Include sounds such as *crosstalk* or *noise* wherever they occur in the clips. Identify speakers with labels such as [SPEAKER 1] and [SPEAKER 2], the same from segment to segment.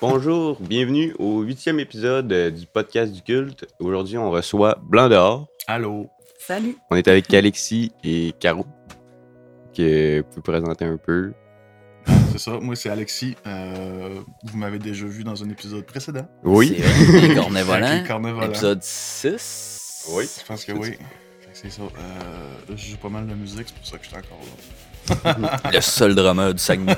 [SPEAKER 1] Bonjour, bienvenue au huitième épisode euh, du podcast du culte. Aujourd'hui, on reçoit Blanc dehors.
[SPEAKER 2] Allô?
[SPEAKER 3] Salut.
[SPEAKER 1] On est avec Alexis et Caro, que vous pouvez présenter un peu.
[SPEAKER 2] C'est ça, moi c'est Alexis. Euh, vous m'avez déjà vu dans un épisode précédent.
[SPEAKER 1] Oui,
[SPEAKER 2] *laughs*
[SPEAKER 4] C'est vrai, *laughs* Les cornets volants.
[SPEAKER 2] Avec les cornets volants.
[SPEAKER 4] Épisode 6.
[SPEAKER 1] Oui.
[SPEAKER 2] Je pense que oui. Fait que C'est ça. Euh, là, je joue pas mal de musique, c'est pour ça que je suis encore là.
[SPEAKER 4] Le seul drummer du Saguenay.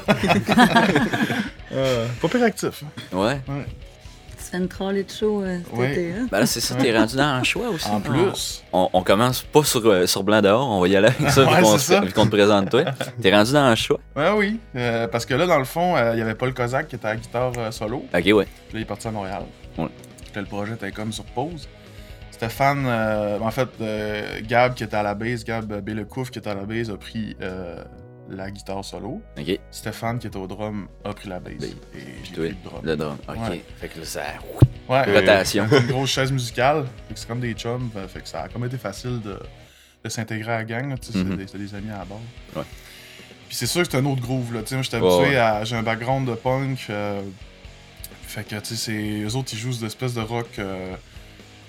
[SPEAKER 2] Euh, pas pire actif.
[SPEAKER 4] ouais.
[SPEAKER 3] Tu fais une trolley de show euh, cet
[SPEAKER 2] Ouais.
[SPEAKER 3] été, hein?
[SPEAKER 4] Ben là, c'est ça, t'es rendu dans un choix aussi. Ah.
[SPEAKER 2] En plus.
[SPEAKER 4] On, on commence pas sur, euh, sur Blanc dehors, on va y aller avec ça,
[SPEAKER 2] Ouais,
[SPEAKER 4] vu, qu'on
[SPEAKER 2] c'est ça.
[SPEAKER 4] se- vu qu'on te présente toi. T'es rendu dans un choix.
[SPEAKER 2] Ouais, oui. Euh, parce que là, dans le fond, euh, il y avait Paul Kozak qui était à la guitare euh, solo.
[SPEAKER 4] Ok, ouais.
[SPEAKER 2] Puis là, il est parti à Montréal.
[SPEAKER 4] Ouais.
[SPEAKER 2] Puis là, le projet était comme sur pause. Stéphane, euh, en fait, euh, Gab qui était à la base, Gab euh, Bélecouf qui était à la base, a pris euh, la guitare solo.
[SPEAKER 4] Ok.
[SPEAKER 2] Stéphane qui était au drum a pris la base.
[SPEAKER 4] Ben,
[SPEAKER 2] et j'ai
[SPEAKER 4] toi,
[SPEAKER 2] pris le drum.
[SPEAKER 4] Le drum. Ok.
[SPEAKER 2] Ouais.
[SPEAKER 4] Fait que là, ça.
[SPEAKER 2] Ouais,
[SPEAKER 1] Euh,
[SPEAKER 4] Rotation.
[SPEAKER 2] une grosse chaise musicale. Fait que c'est comme des chums. euh, Fait que ça a comme été facile de, de s'intégrer à la gang. là, tu sais, c'est
[SPEAKER 4] Mhm.
[SPEAKER 2] des- c'est des, amis à la base.
[SPEAKER 4] Ouais.
[SPEAKER 2] Puis c'est sûr que c'est un autre groove. Là. tu sais, Moi, j'étais
[SPEAKER 4] Ouais,
[SPEAKER 2] habitué
[SPEAKER 4] ouais.
[SPEAKER 2] à. J'ai un background de punk. euh, fait que, tu sais, c'est- eux autres, ils jouent des espèces de rock. euh,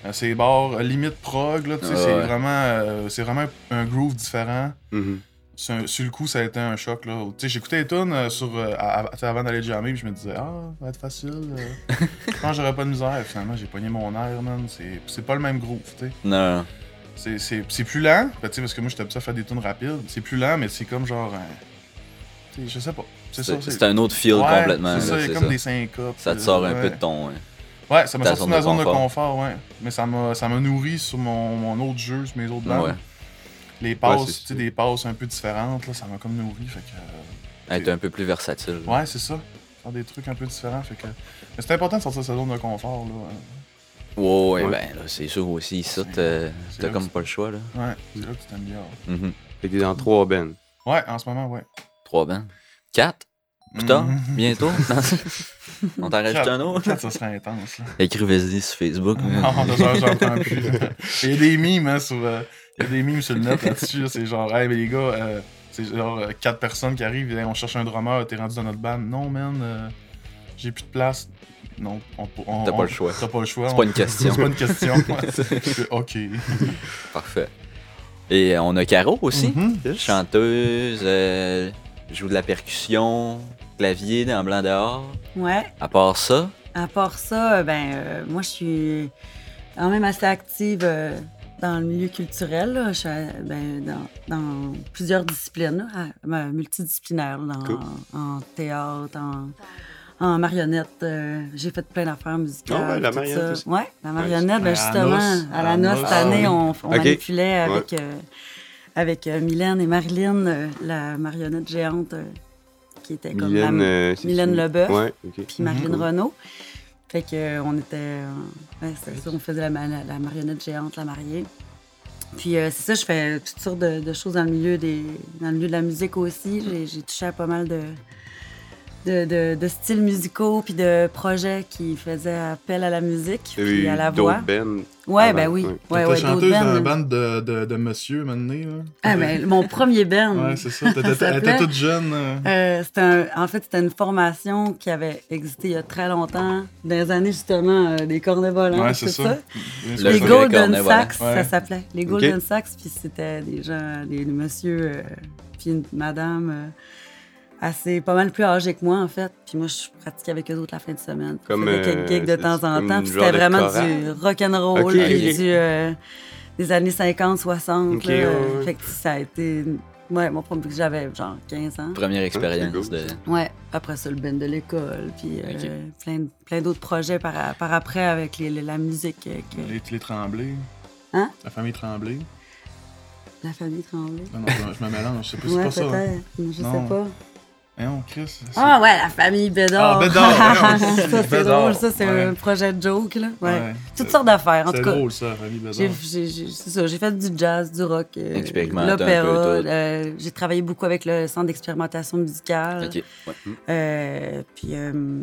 [SPEAKER 2] euh, c'est bord euh, limite prog. Là, tu sais,
[SPEAKER 4] Ouais,
[SPEAKER 2] c'est,
[SPEAKER 4] ouais.
[SPEAKER 2] vraiment, euh, c'est vraiment un groove différent.
[SPEAKER 1] Mhm.
[SPEAKER 2] Sur, un- sur le coup, ça a été un choc. là. Tu sais, J'écoutais les tunes euh, sur, euh, à- à- tu sais, avant d'aller jammer, puis je me disais, ah, ça va être facile. euh.
[SPEAKER 4] *laughs*
[SPEAKER 2] je pense que j'aurais pas de misère. Finalement, j'ai pogné mon air, man. C'est- C'est pas le même groove. tu sais.
[SPEAKER 4] Non.
[SPEAKER 2] C'est- C'est c'est plus lent, ben, tu sais, parce que moi, j'étais habitué à faire des tunes rapides. C'est plus lent, mais c'est comme genre. un- tu sais, je sais pas. C'est ça.
[SPEAKER 4] C'est c'est un autre feel
[SPEAKER 2] Ouais,
[SPEAKER 4] complètement.
[SPEAKER 2] C'est ça,
[SPEAKER 4] là,
[SPEAKER 2] il y
[SPEAKER 4] c'est
[SPEAKER 2] a
[SPEAKER 4] ça.
[SPEAKER 2] comme des syncopes. euh,
[SPEAKER 4] Ça te sort un
[SPEAKER 2] ouais.
[SPEAKER 4] peu de ton. hein.
[SPEAKER 2] Ouais, ça m'a
[SPEAKER 4] ta
[SPEAKER 2] sorti
[SPEAKER 4] zone
[SPEAKER 2] de ma
[SPEAKER 4] de
[SPEAKER 2] zone de
[SPEAKER 4] confort.
[SPEAKER 2] confort, ouais. Mais ça m'a ça m'a nourri sur mon, mon autre jeu, sur mes autres bandes.
[SPEAKER 4] Ouais.
[SPEAKER 2] Les passes,
[SPEAKER 1] Ouais, c'est
[SPEAKER 2] tu sais,
[SPEAKER 1] sûr.
[SPEAKER 2] des passes un peu différentes, là, ça m'a comme nourri. Fait que. euh,
[SPEAKER 4] Être un peu plus versatile.
[SPEAKER 2] Ouais, c'est ça. Faire des trucs un peu différents. Fait que... Mais c'est important de sortir de sa zone de confort. Là.
[SPEAKER 4] Ouais, ouais,
[SPEAKER 1] Ouais.
[SPEAKER 4] ben là, c'est sûr aussi. Ça,
[SPEAKER 2] C'est-
[SPEAKER 4] t'as
[SPEAKER 2] c'est
[SPEAKER 4] t'as
[SPEAKER 2] là
[SPEAKER 4] comme
[SPEAKER 2] que-
[SPEAKER 4] pas le choix, là.
[SPEAKER 2] Ouais, c'est là que tu t'améliores.
[SPEAKER 4] Mhm.
[SPEAKER 1] Fait que t'es dans trois bennes.
[SPEAKER 2] Ouais, en ce moment, ouais.
[SPEAKER 4] Trois bandes. Quatre. Plus tard,
[SPEAKER 2] Mhm. *laughs*
[SPEAKER 4] *laughs* bientôt. Non, On t'en rajoute un autre.
[SPEAKER 2] Ça serait intense. Là.
[SPEAKER 4] *laughs* Écrivez-y sur Facebook.
[SPEAKER 2] Non, là, j'en- j'en prends plus. Il y a des mimes hein, sur, euh, il y a des mimes sur le net là-dessus. là. c'est genre, hey, mais les gars, euh, c'est genre euh, quatre personnes qui arrivent, Hey, on cherche un drummer, t'es rendu dans notre band. Non, man, euh, j'ai plus de place. Non, on, on-
[SPEAKER 4] T'as
[SPEAKER 2] on-
[SPEAKER 4] pas le choix.
[SPEAKER 2] T'as pas le choix.
[SPEAKER 4] C'est
[SPEAKER 2] on-
[SPEAKER 4] pas une question.
[SPEAKER 2] *laughs* C'est pas une question.
[SPEAKER 4] *laughs*
[SPEAKER 2] Je fais, ok.
[SPEAKER 4] Parfait. Et euh, on a Caro aussi,
[SPEAKER 2] Mhm.
[SPEAKER 4] chanteuse, euh, joue de la percussion, clavier dans Blanc dehors.
[SPEAKER 3] Ouais.
[SPEAKER 4] À part ça,
[SPEAKER 3] À part ça, euh, ben, euh, moi, je suis quand même assez active euh, dans le milieu culturel. là. Je suis euh, ben, dans, dans plusieurs disciplines, là, à- ben, multidisciplinaire, là, dans-
[SPEAKER 1] Cool.
[SPEAKER 3] en théâtre, en, en marionnette. euh, J'ai fait plein d'affaires musicales.
[SPEAKER 1] Ah ouais, la
[SPEAKER 3] tout
[SPEAKER 1] marionnette
[SPEAKER 3] ça.
[SPEAKER 1] aussi.
[SPEAKER 3] Ouais, la marionnette, ben,
[SPEAKER 2] À la
[SPEAKER 3] justement,
[SPEAKER 2] noce.
[SPEAKER 3] à la noce, cette année,
[SPEAKER 2] Ah oui.
[SPEAKER 3] on, on
[SPEAKER 1] Ok.
[SPEAKER 3] manipulait avec, euh, avec euh, Mylène et Marilyn, euh, la marionnette géante euh, qui était comme la-
[SPEAKER 1] Mylène, euh, c'est-
[SPEAKER 3] Mylène Leboeuf.
[SPEAKER 1] Ouais, ok.
[SPEAKER 3] puis Marlène
[SPEAKER 1] Mhm.
[SPEAKER 3] Renaud. Fait que euh, on était, euh, ouais, c'est ça, on faisait la, ma- la- la marionnette géante, la mariée. Puis euh, c'est ça, je fais toutes sortes de, de choses dans le milieu des, dans le milieu de la musique aussi. J'ai, j'ai touché à pas mal de, de, de- de styles musicaux puis de projets qui faisaient appel à la musique
[SPEAKER 1] T'as
[SPEAKER 3] puis
[SPEAKER 1] eu
[SPEAKER 3] à la
[SPEAKER 1] d'autres
[SPEAKER 3] voix.
[SPEAKER 1] bennes.
[SPEAKER 3] Ouais,
[SPEAKER 1] avant,
[SPEAKER 3] ben oui,
[SPEAKER 1] ouais.
[SPEAKER 3] ouais, ouais, d'autres
[SPEAKER 2] chanteuse dans
[SPEAKER 3] bands.
[SPEAKER 2] un band de, de, de monsieur, maintenant. Là.
[SPEAKER 3] Ah ben mon premier band.
[SPEAKER 2] Ouais, c'est ça. T'étais-
[SPEAKER 3] Ça
[SPEAKER 2] Elle était
[SPEAKER 3] s'appelait-
[SPEAKER 2] toute jeune. euh.
[SPEAKER 3] Euh, c'était un- en fait, c'était une formation qui avait existé il y a très longtemps, dans les années justement euh, des cornets volants,
[SPEAKER 2] Ouais,
[SPEAKER 3] tout
[SPEAKER 2] c'est ça.
[SPEAKER 3] ça.
[SPEAKER 2] Bien
[SPEAKER 4] Le
[SPEAKER 3] Les
[SPEAKER 2] sûr.
[SPEAKER 4] jeu des
[SPEAKER 3] Golden
[SPEAKER 4] cornets, voilà.
[SPEAKER 3] Sachs,
[SPEAKER 2] Ouais.
[SPEAKER 3] ça s'appelait. Les Golden Sachs, puis c'était des gens, des, des messieurs, euh, puis une madame euh, assez, pas mal plus âgée que moi, en fait. Puis moi, je pratiquais avec eux autres la fin de semaine.
[SPEAKER 1] Comme,
[SPEAKER 3] Comme
[SPEAKER 1] euh,
[SPEAKER 3] quelques gigs de
[SPEAKER 1] c'est-
[SPEAKER 3] temps en
[SPEAKER 1] comme
[SPEAKER 3] temps,
[SPEAKER 1] une
[SPEAKER 3] puis
[SPEAKER 1] genre
[SPEAKER 3] c'était
[SPEAKER 1] de
[SPEAKER 3] vraiment
[SPEAKER 1] chorale.
[SPEAKER 3] du rock'n'roll,
[SPEAKER 1] Ok,
[SPEAKER 3] puis
[SPEAKER 4] ok.
[SPEAKER 3] du, euh, des années 50, 60.
[SPEAKER 1] Ok,
[SPEAKER 3] là.
[SPEAKER 1] ouais, ouais.
[SPEAKER 3] Fait que ça a été. Ouais, mon premier, j'avais genre 15 ans.
[SPEAKER 4] première expérience
[SPEAKER 2] Ah,
[SPEAKER 1] c'est
[SPEAKER 4] de.
[SPEAKER 3] Ouais, après ça, le band de l'école, puis euh,
[SPEAKER 4] Ok.
[SPEAKER 3] plein, plein d'autres projets par, par après avec les- les- la musique euh, que
[SPEAKER 2] Les, les Tremblay.
[SPEAKER 3] Hein?
[SPEAKER 2] La famille Tremblay.
[SPEAKER 3] la famille tremblait.
[SPEAKER 2] Non, non, je, je me mélange. Je sais pas, c'est
[SPEAKER 3] Ouais,
[SPEAKER 2] pas ça. hein.
[SPEAKER 3] peut-être. mais Je
[SPEAKER 2] Non.
[SPEAKER 3] sais pas.
[SPEAKER 2] Hein, on Chris. c'est-
[SPEAKER 3] Ah ouais, la famille Bédard.
[SPEAKER 2] Ah, Bédard, ouais,
[SPEAKER 3] *laughs*
[SPEAKER 2] ouais, c'est
[SPEAKER 3] ça, c'est
[SPEAKER 2] Bédard,
[SPEAKER 3] drôle. Ça, c'est
[SPEAKER 2] ouais.
[SPEAKER 3] un projet de joke, là. Ouais.
[SPEAKER 2] Ouais.
[SPEAKER 3] Toutes sortes d'affaires, en
[SPEAKER 2] C'est
[SPEAKER 3] tout cas.
[SPEAKER 2] drôle, ça, la famille Bazar.
[SPEAKER 3] J'ai- j'ai- j'ai- C'est ça, j'ai fait du jazz, du rock, euh,
[SPEAKER 4] Expérimenté un peu
[SPEAKER 3] l'opéra.
[SPEAKER 4] tout.
[SPEAKER 3] euh, j'ai travaillé beaucoup avec le centre d'expérimentation musicale.
[SPEAKER 4] Ok. ouais.
[SPEAKER 3] Euh, puis, euh,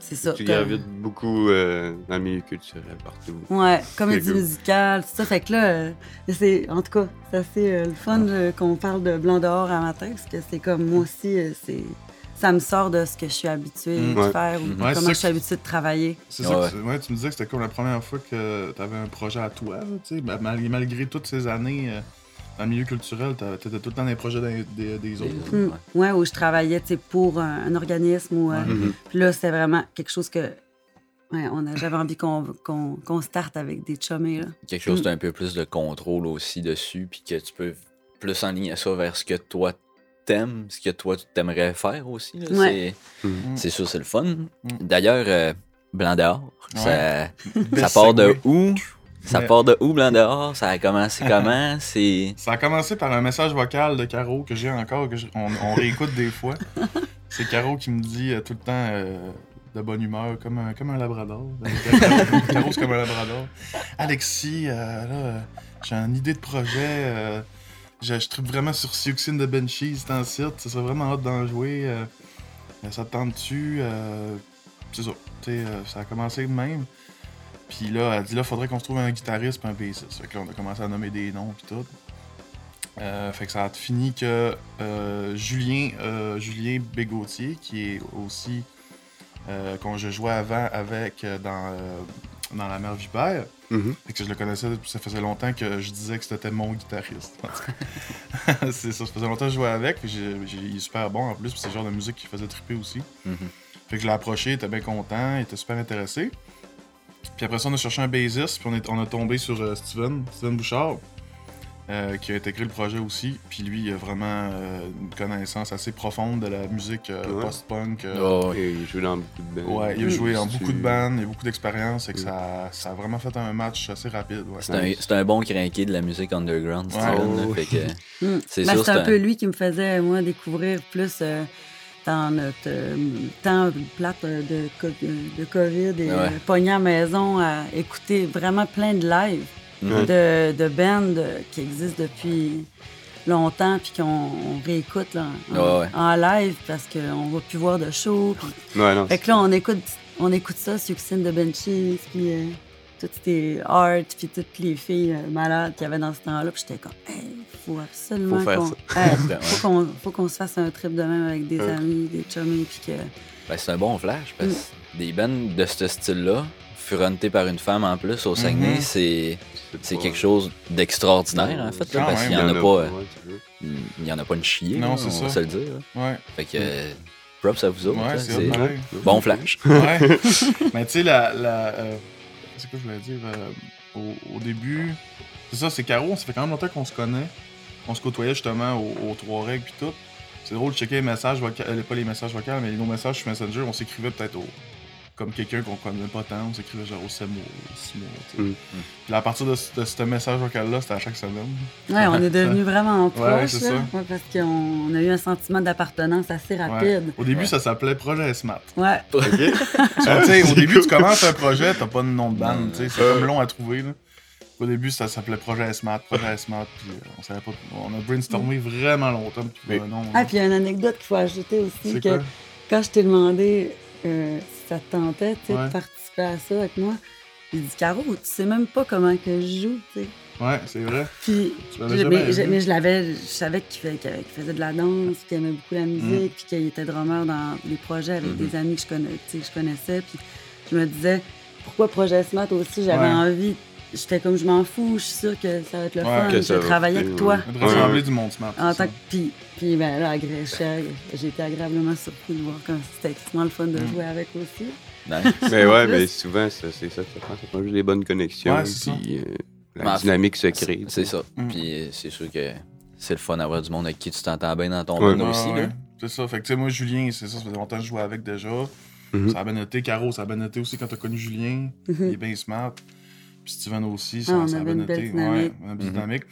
[SPEAKER 3] c'est ça.
[SPEAKER 1] Tu
[SPEAKER 3] comme-
[SPEAKER 1] gravites beaucoup euh, dans le milieu culturel partout.
[SPEAKER 3] Ouais, comédie
[SPEAKER 1] C'est cool.
[SPEAKER 3] musicale, tout ça. Fait que là, euh, c'est, en tout cas, c'est assez euh, le fun euh, qu'on parle de Blanc dehors à matin, parce que c'est comme moi aussi, euh, c'est, ça me sort de ce que je suis habituée
[SPEAKER 2] Mm.
[SPEAKER 3] de
[SPEAKER 1] Ouais.
[SPEAKER 3] faire ou
[SPEAKER 4] Mhm.
[SPEAKER 2] Ouais,
[SPEAKER 3] comment
[SPEAKER 2] c'est
[SPEAKER 3] je suis habituée de travailler.
[SPEAKER 2] C'est ça que
[SPEAKER 4] Ouais.
[SPEAKER 2] c'est- ouais, tu me disais que c'était comme la première fois que tu avais un projet à toi, là, tu sais, mal- mal- malgré toutes ces années euh, dans le milieu culturel, tu étais tout le temps dans les projets des, des- des autres.
[SPEAKER 4] Des-
[SPEAKER 3] Mm. Ouais, où je travaillais tu sais, pour un, un organisme ou euh,
[SPEAKER 2] Ouais.
[SPEAKER 1] Mhm.
[SPEAKER 3] Puis là, c'était vraiment quelque chose que. Ouais, on a- j'avais envie qu'on qu'on qu'on starte avec des chummés, là.
[SPEAKER 4] Quelque
[SPEAKER 2] Mm.
[SPEAKER 4] chose d'un peu plus de contrôle aussi dessus, puis que tu peux plus aligner ça vers ce que toi t'aimes, ce que toi tu t'aimerais faire aussi. là.
[SPEAKER 3] Ouais.
[SPEAKER 4] C'est-
[SPEAKER 2] Mhm.
[SPEAKER 4] C'est sûr, c'est le fun.
[SPEAKER 2] Mhm.
[SPEAKER 4] D'ailleurs, euh, Blanc dehors, ça, ça
[SPEAKER 2] Best
[SPEAKER 4] part de
[SPEAKER 2] segue.
[SPEAKER 4] où Ça
[SPEAKER 2] Mais- Ah.
[SPEAKER 4] part de où, Blanc dehors Ça a commencé comment C'est.
[SPEAKER 2] Ça a commencé par un message vocal de Caro que j'ai encore, que je- on, on réécoute des fois. C'est Caro qui me dit euh, tout le temps euh, de bonne humeur, comme un, comme un labrador. Caro, c'est comme un labrador. Alexis, euh, là, euh, j'ai une idée de projet. euh, je, je tripe vraiment sur Siouxine de Benchies, c'est un site. Ça serait vraiment hâte d'en jouer. euh, euh, ça te tente-tu? Euh, c'est ça. Tu sais, euh, ça a commencé de même. Puis là, elle dit là, faudrait qu'on se trouve un guitariste puis un bassiste. Fait que là, on a commencé à nommer des noms puis tout. Euh, fait que ça a fini que euh, Julien, euh, Julien Bégautier, qui est aussi euh, quand je jouais avant avec euh, dans, euh, dans la mer Vipère,
[SPEAKER 1] Mhm.
[SPEAKER 2] fait que je le connaissais, depuis- ça faisait longtemps que je disais que c'était
[SPEAKER 1] *laughs*
[SPEAKER 2] mon guitariste. *laughs* en tout cas. c'est ça, ça faisait longtemps que je jouais avec, puis j'ai- j'ai- il est super bon en plus, puis c'est le genre de musique qui faisait triper aussi.
[SPEAKER 1] Mm-hmm.
[SPEAKER 4] Mhm.
[SPEAKER 2] Fait que je l'ai approché, il était bien content, il était super intéressé. Puis après ça, on a cherché un bassiste, puis on, est, on a tombé sur euh, Steven, Steven Bouchard, euh, qui a intégré le projet aussi. Puis lui, il a vraiment euh, une connaissance assez profonde de la musique euh,
[SPEAKER 1] Ouais.
[SPEAKER 2] post-punk. euh,
[SPEAKER 4] Oh,
[SPEAKER 1] Et il joue dans beaucoup de bandes.
[SPEAKER 2] Ouais, il a joué en
[SPEAKER 1] C'est-
[SPEAKER 2] beaucoup de bandes, il a beaucoup d'expérience, et que
[SPEAKER 1] Ouais.
[SPEAKER 2] ça, ça a vraiment fait un match assez rapide. ouais.
[SPEAKER 4] Mm. C'est un, c'est un bon crinqué de la musique underground,
[SPEAKER 2] Ouais.
[SPEAKER 4] Steven, là,
[SPEAKER 1] Oh.
[SPEAKER 4] fait que
[SPEAKER 3] Mm.
[SPEAKER 4] C'est
[SPEAKER 3] Ben, c'est
[SPEAKER 4] sûr, c'est
[SPEAKER 3] un
[SPEAKER 4] un-
[SPEAKER 3] peu lui qui me faisait, moi, découvrir plus euh, dans notre euh, temps plate euh, de, co- de COVID et
[SPEAKER 4] Ouais.
[SPEAKER 3] euh, pogné à la maison à écouter vraiment plein de lives
[SPEAKER 4] Mhm.
[SPEAKER 3] de, de bands euh, qui existent depuis longtemps puis qu'on on réécoute là, en,
[SPEAKER 4] Ouais, ouais.
[SPEAKER 3] en live parce qu'on va plus voir de show. puis
[SPEAKER 1] Ouais, non.
[SPEAKER 3] Fait que là, on écoute, on écoute ça, Succine de Benchies, puis euh, toutes tes Art, puis toutes les filles euh, malades qu'il y avait dans ce temps-là. Puis j'étais comme, hey, faut absolument
[SPEAKER 1] Faut faire
[SPEAKER 3] qu'on. *laughs* Hey, faut qu'on faut qu'on se fasse un trip de même avec des
[SPEAKER 1] Ouais.
[SPEAKER 3] amis, des chummies, puis que.
[SPEAKER 4] Ben, c'est un bon flash parce que des bands de ce style-là, furentées par une femme en plus au Saguenay,
[SPEAKER 2] Mhm.
[SPEAKER 4] c'est, c'est
[SPEAKER 1] pas-
[SPEAKER 4] quelque chose hein. d'extraordinaire en fait. là,
[SPEAKER 2] Quand
[SPEAKER 4] parce
[SPEAKER 2] même,
[SPEAKER 4] qu'il n'y en, a pas, euh,
[SPEAKER 1] ouais, tu veux.
[SPEAKER 4] il y en a pas une chier,
[SPEAKER 2] Non,
[SPEAKER 4] là,
[SPEAKER 2] c'est
[SPEAKER 4] on va
[SPEAKER 2] ça.
[SPEAKER 4] se le dire. là. *laughs*
[SPEAKER 2] Ouais,
[SPEAKER 4] Fait que euh, props à vous autres.
[SPEAKER 2] ouais,
[SPEAKER 4] là,
[SPEAKER 2] c'est
[SPEAKER 4] c'est-
[SPEAKER 2] hot, pareil. *laughs*
[SPEAKER 4] Bon flash. *laughs*
[SPEAKER 2] Ouais. Mais tu sais, la. la euh, c'est quoi que je voulais dire euh, au, au début C'est ça, c'est Caro, ça fait quand même longtemps qu'on se connaît. On se côtoyait justement aux, aux trois règles puis tout. C'est drôle de checker les messages vocaux, pas les messages vocaux, mais nos messages sur Messenger, on s'écrivait peut-être au. Comme quelqu'un qu'on connaît pas tant, on s'écrivait genre au 7 mois, au 6 mois. tu sais.
[SPEAKER 1] Mm.
[SPEAKER 2] Puis là, à partir de, ce- de ce message vocal-là, c'était à chaque semaine.
[SPEAKER 3] Ouais, on est devenus vraiment proches,
[SPEAKER 2] c'est
[SPEAKER 3] là. Ouais, parce qu'on on a eu un sentiment d'appartenance assez rapide.
[SPEAKER 2] Au début,
[SPEAKER 4] Ouais.
[SPEAKER 2] ça s'appelait Projet SMAT.
[SPEAKER 3] Ouais.
[SPEAKER 2] Ah, tu sais, au
[SPEAKER 1] C'est
[SPEAKER 2] début, *laughs*
[SPEAKER 1] cool.
[SPEAKER 2] tu commences un projet, t'as pas de nom de bande,
[SPEAKER 4] Non.
[SPEAKER 2] tu sais, c'est comme long à trouver. Là. Au début, ça s'appelait Projet Smart, Projet Smart, puis euh, on savait pas. On a brainstormé vraiment longtemps euh, pour trouver
[SPEAKER 1] Oui.
[SPEAKER 2] un nom. là.
[SPEAKER 3] Mm. Ah, puis il y a une anecdote qu'il faut ajouter aussi.
[SPEAKER 2] c'est
[SPEAKER 3] que
[SPEAKER 2] quoi?
[SPEAKER 3] quand je t'ai demandé euh, si ça te tentait tu sais,
[SPEAKER 2] Ouais.
[SPEAKER 3] de participer à ça avec moi, j'ai dit Caro, tu sais même pas comment que je joue. tu sais.
[SPEAKER 2] Ouais, c'est vrai.
[SPEAKER 3] Puis,
[SPEAKER 2] Tu
[SPEAKER 3] je-
[SPEAKER 2] l'avais jamais
[SPEAKER 3] mais, je-
[SPEAKER 2] vu.
[SPEAKER 3] mais je l'avais, je savais qu'il fait- qu'il faisait de la danse, qu'il aimait beaucoup la musique, puis qu'il était drummer dans les projets avec
[SPEAKER 4] Mhm.
[SPEAKER 3] des amis que je, connais, tu sais, que je connaissais. Puis je me disais, pourquoi Projet Smart aussi J'avais
[SPEAKER 2] Ouais.
[SPEAKER 3] envie. J'étais comme, je m'en fous, je suis sûre que ça va être le
[SPEAKER 2] Ouais,
[SPEAKER 3] fun.
[SPEAKER 1] que
[SPEAKER 3] Je
[SPEAKER 1] ça
[SPEAKER 3] vais
[SPEAKER 1] va
[SPEAKER 3] travailler
[SPEAKER 1] fitter,
[SPEAKER 3] avec
[SPEAKER 1] ouais.
[SPEAKER 3] toi.
[SPEAKER 2] De
[SPEAKER 1] Ouais.
[SPEAKER 2] rassembler du monde Smart.
[SPEAKER 3] En
[SPEAKER 2] c'est
[SPEAKER 3] tant
[SPEAKER 2] ça.
[SPEAKER 3] que. Puis, puis ben là, à Gréchel, j'ai été agréablement surpris de voir comme c'était extrêmement le fun de
[SPEAKER 2] Mm.
[SPEAKER 3] jouer avec aussi.
[SPEAKER 4] *laughs*
[SPEAKER 2] *laughs*
[SPEAKER 4] Nice.
[SPEAKER 1] Mais ouais,
[SPEAKER 3] plus.
[SPEAKER 1] mais souvent, ça- c'est ça que ça prend. Ça prend juste des bonnes connexions.
[SPEAKER 2] Ouais, c'est
[SPEAKER 1] puis, euh,
[SPEAKER 4] Mais en
[SPEAKER 1] la
[SPEAKER 4] fait,
[SPEAKER 1] dynamique se crée.
[SPEAKER 4] Bah, C'est ça.
[SPEAKER 2] Mhm.
[SPEAKER 4] Puis euh, c'est sûr que c'est le fun d'avoir du monde avec qui tu t'entends bien dans ton
[SPEAKER 1] Ouais.
[SPEAKER 4] monde
[SPEAKER 2] Ouais,
[SPEAKER 4] aussi.
[SPEAKER 2] ouais.
[SPEAKER 4] Là.
[SPEAKER 2] C'est ça. Fait que, tu sais, moi, Julien, c'est ça, ça faisait longtemps que je jouais avec déjà.
[SPEAKER 1] Mhm.
[SPEAKER 2] Ça a bien noté. Caro, ça a bien noté aussi quand t'as connu Julien. Il est bien smart. Puis Steven aussi, ça,
[SPEAKER 3] Mm. Ah, on
[SPEAKER 2] ça a
[SPEAKER 3] avait
[SPEAKER 2] bien
[SPEAKER 3] une belle
[SPEAKER 2] noté.
[SPEAKER 3] dynamique.
[SPEAKER 2] Ouais, on a une petite
[SPEAKER 4] Mhm.
[SPEAKER 2] dynamique.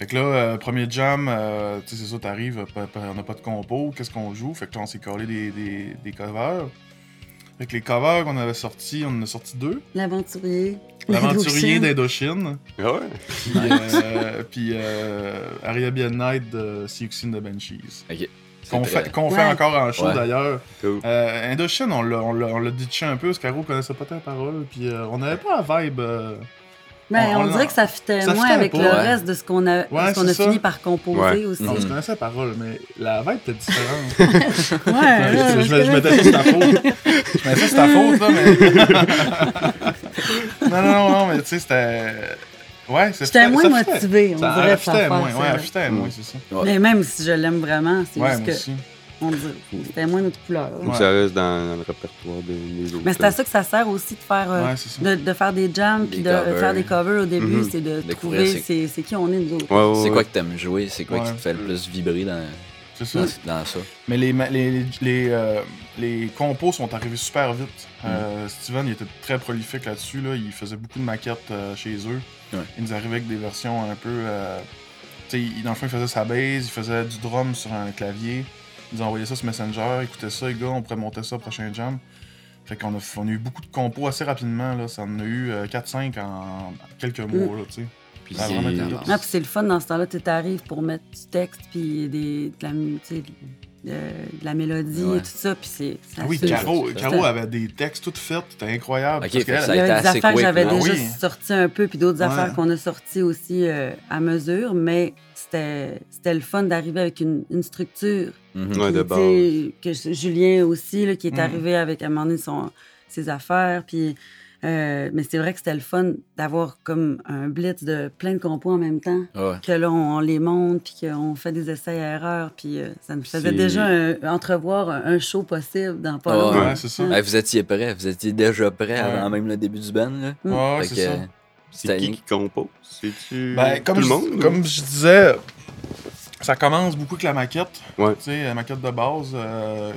[SPEAKER 2] Fait que là, euh, premier jam, euh, tu sais, c'est ça, t'arrives, pas- pas- on n'a pas de compo, qu'est-ce qu'on joue? Fait que là, on s'est collé des, des, des covers. Fait que les covers qu'on avait sortis, on en a sorti deux.
[SPEAKER 3] *laughs* L'aventurier.
[SPEAKER 2] L'aventurier
[SPEAKER 4] *laughs*
[SPEAKER 2] d'Indochine,
[SPEAKER 1] Ah ouais?
[SPEAKER 2] puis, euh, puis euh, Arabian Night de Siouxine de Banshees.
[SPEAKER 4] C'est
[SPEAKER 2] Qu'on
[SPEAKER 4] très-
[SPEAKER 2] fait, qu'on fait
[SPEAKER 3] Ouais.
[SPEAKER 2] encore en show
[SPEAKER 4] Ouais.
[SPEAKER 2] d'ailleurs.
[SPEAKER 1] Cool.
[SPEAKER 2] Euh, Indochine, on l'a, on, l'a, on l'a ditché un peu parce qu'Aro connaissait pas tant la parole. Puis euh, on n'avait pas la vibe. euh,
[SPEAKER 3] Mais
[SPEAKER 2] On-
[SPEAKER 3] on,
[SPEAKER 2] on-
[SPEAKER 3] dirait que ça fitait
[SPEAKER 2] ça
[SPEAKER 3] moins
[SPEAKER 2] fitait
[SPEAKER 3] avec
[SPEAKER 2] pas,
[SPEAKER 3] le
[SPEAKER 4] ouais.
[SPEAKER 3] reste de ce qu'on a, de
[SPEAKER 2] Ouais,
[SPEAKER 3] ce qu'on a
[SPEAKER 2] c'est
[SPEAKER 3] fini
[SPEAKER 2] ça.
[SPEAKER 3] par composer
[SPEAKER 1] Ouais.
[SPEAKER 3] aussi.
[SPEAKER 2] On
[SPEAKER 4] Mhm.
[SPEAKER 2] se connaissait la parole, mais la vibe était différente. Ouais,
[SPEAKER 3] *laughs* Ouais, ouais,
[SPEAKER 2] je,
[SPEAKER 3] ouais,
[SPEAKER 2] je
[SPEAKER 3] c'est
[SPEAKER 2] me- je
[SPEAKER 3] vrai.
[SPEAKER 2] mettais ça, c'est ta *laughs* faute. Je mettais ça, c'est ta faute, *laughs* là, mais. non, non, non, mais tu sais, c'était. Ouais, c'est
[SPEAKER 3] J'étais
[SPEAKER 2] ça-
[SPEAKER 3] moins
[SPEAKER 2] ça fitait.
[SPEAKER 3] motivée, on
[SPEAKER 2] Ça
[SPEAKER 3] dirait, pour
[SPEAKER 2] affichait
[SPEAKER 3] la
[SPEAKER 2] moins,
[SPEAKER 3] faire,
[SPEAKER 2] ouais,
[SPEAKER 3] c'est
[SPEAKER 2] affichait moins, c'est ça.
[SPEAKER 4] Ouais.
[SPEAKER 3] Mais même si je l'aime vraiment, c'est
[SPEAKER 2] Ouais,
[SPEAKER 3] juste
[SPEAKER 2] moi
[SPEAKER 3] que
[SPEAKER 2] aussi.
[SPEAKER 3] on dirait- c'était moins notre couleur.
[SPEAKER 1] Ou ça reste dans, dans le répertoire des, des autres.
[SPEAKER 3] Mais c'est à ça que ça sert aussi de faire, euh,
[SPEAKER 2] Ouais, c'est ça.
[SPEAKER 3] de, de faire des jams puis
[SPEAKER 4] Des
[SPEAKER 3] de euh,
[SPEAKER 4] covers. Mm-hmm.
[SPEAKER 3] faire des covers au début,
[SPEAKER 1] Mhm.
[SPEAKER 3] c'est de
[SPEAKER 4] Découvrir
[SPEAKER 3] trouver
[SPEAKER 4] c'est-
[SPEAKER 3] c'est c'est qui on est nous autres.
[SPEAKER 1] euh, Ouais, ouais,
[SPEAKER 4] C'est
[SPEAKER 1] ouais.
[SPEAKER 4] quoi que t'aimes jouer? C'est quoi
[SPEAKER 2] Ouais. Mm.
[SPEAKER 4] qui te fait le plus vibrer dans,
[SPEAKER 2] C'est ça.
[SPEAKER 4] dans, dans ça?
[SPEAKER 2] Mais les, ma- les, les, les, euh, les compos sont arrivés super vite. Euh, Steven, il était très prolifique là-dessus. Là. Il faisait beaucoup de maquettes euh, chez eux.
[SPEAKER 4] Ouais.
[SPEAKER 2] Il nous arrivait avec des versions un peu. euh, tu sais, il- dans le fond, il faisait sa base, il faisait du drum sur un clavier. Il nous envoyait ça sur Messenger, écoutait ça, les gars, on pourrait monter ça au prochain jam. Fait qu'on a, on a eu beaucoup de compos assez rapidement. Là. Ça en a eu euh, 4-5 en quelques mois.
[SPEAKER 3] Mm.
[SPEAKER 2] Là, tu sais.
[SPEAKER 4] Puis
[SPEAKER 2] Ça a vraiment été
[SPEAKER 4] c'est- euh,
[SPEAKER 3] Ah, puis c'est le fun dans ce temps-là, tu t'arrives pour mettre du texte puis des de la mu- tu sais, de, de la mélodie
[SPEAKER 4] Ouais.
[SPEAKER 3] et tout ça puis c'est ça
[SPEAKER 2] Ah oui,
[SPEAKER 3] se-
[SPEAKER 2] Caro,
[SPEAKER 4] c'est-
[SPEAKER 2] Caro avait des textes tout faits, c'était incroyable.
[SPEAKER 4] Ok,
[SPEAKER 2] parce
[SPEAKER 4] fait
[SPEAKER 2] qu'elle-
[SPEAKER 4] que ça
[SPEAKER 3] Il y
[SPEAKER 4] a été
[SPEAKER 3] avait des
[SPEAKER 4] assez
[SPEAKER 3] affaires que
[SPEAKER 4] quick,
[SPEAKER 3] j'avais
[SPEAKER 4] là.
[SPEAKER 2] Ah
[SPEAKER 3] déjà
[SPEAKER 2] oui.
[SPEAKER 3] sorties un peu, puis d'autres
[SPEAKER 2] Ouais.
[SPEAKER 3] affaires qu'on a sorties aussi euh, à mesure, mais c'était c'était le fun d'arriver avec une, une structure.
[SPEAKER 4] Mhm.
[SPEAKER 1] Ouais,
[SPEAKER 3] Puis,
[SPEAKER 1] de
[SPEAKER 3] tu sais, Que je- Julien aussi, là, qui est
[SPEAKER 2] Mhm.
[SPEAKER 3] arrivé avec à un moment donné son- ses affaires, puis... euh, mais c'est vrai que c'était le fun d'avoir comme un blitz de plein de compos en même temps,
[SPEAKER 4] Ouais.
[SPEAKER 3] que là on, on les monte, puis qu'on fait des essais à erreurs, puis euh, ça nous faisait
[SPEAKER 1] C'est-
[SPEAKER 3] déjà un- entrevoir un, un show possible dans pas
[SPEAKER 4] Ah
[SPEAKER 3] longtemps.
[SPEAKER 2] Ouais, c'est ça.
[SPEAKER 4] Ouais, vous étiez prêts, vous étiez déjà prêts avant
[SPEAKER 2] Ouais.
[SPEAKER 4] même le début du band. Là.
[SPEAKER 3] Mm.
[SPEAKER 2] Ouais, ouais,
[SPEAKER 4] Fait
[SPEAKER 2] c'est
[SPEAKER 4] que, euh,
[SPEAKER 2] ça.
[SPEAKER 1] C'est qui qui compose C'est-tu
[SPEAKER 2] Ben, comme,
[SPEAKER 1] tout le
[SPEAKER 2] je,
[SPEAKER 1] monde
[SPEAKER 2] comme je disais, ça commence beaucoup avec la maquette.
[SPEAKER 1] Ouais.
[SPEAKER 2] Tu sais, la maquette de base. euh,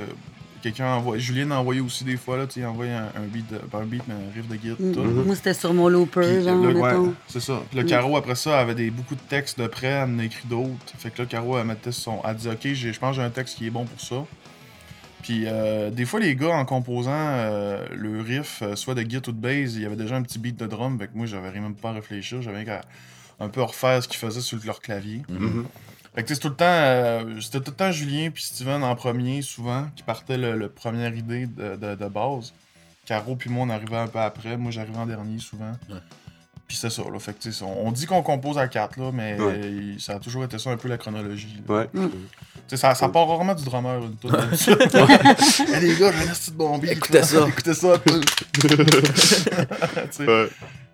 [SPEAKER 2] Quelqu'un envoie. Julien a envoyé aussi des fois, là, tu sais, il envoie un, un beat, de- pas un beat, mais un riff de guide,
[SPEAKER 3] Mhm.
[SPEAKER 2] tout.
[SPEAKER 1] Mhm.
[SPEAKER 3] Moi c'était sur mon
[SPEAKER 2] Puis,
[SPEAKER 3] looper, genre,
[SPEAKER 2] le, ouais,
[SPEAKER 3] mettons.
[SPEAKER 2] c'est ça. Puis le
[SPEAKER 3] Mm.
[SPEAKER 2] carreau, après ça, avait des, beaucoup de textes de près, elle en a écrit d'autres. Fait que là, carreau, elle mettait son. Elle dit, OK, j'ai- je pense que j'ai un texte qui est bon pour ça. Puis euh, des fois, les gars, en composant euh, le riff, euh, soit de git ou de bass, il y avait déjà un petit beat de drum. Fait que moi, j'avais même pas à réfléchir. J'avais rien qu'à un peu refaire ce qu'ils faisaient sur leur clavier.
[SPEAKER 4] Mhm.
[SPEAKER 1] Mhm.
[SPEAKER 2] Fait que tu sais, c'est tout le temps, euh, c'était tout le temps Julien puis Steven en premier, souvent, qui partait le, le première idée de, de- de base. Caro puis moi, on arrivait un peu après. Moi, j'arrivais en dernier, souvent.
[SPEAKER 4] Ouais.
[SPEAKER 2] Puis c'est ça, là. Fait que tu sais, c'est- on dit qu'on compose à quatre, là, mais
[SPEAKER 1] Ouais.
[SPEAKER 2] il- ça a toujours été ça un peu la chronologie. là.
[SPEAKER 1] Ouais.
[SPEAKER 3] Mm.
[SPEAKER 2] Tu sais, ça, ça part rarement du drummer, une toute. *laughs*
[SPEAKER 1] Mm-hmm.
[SPEAKER 2] Eh, les gars, j'ai un petit bombier.
[SPEAKER 4] *laughs* Écoutez ça.
[SPEAKER 2] Écoutez ça. tu *laughs* sais.
[SPEAKER 1] Ouais.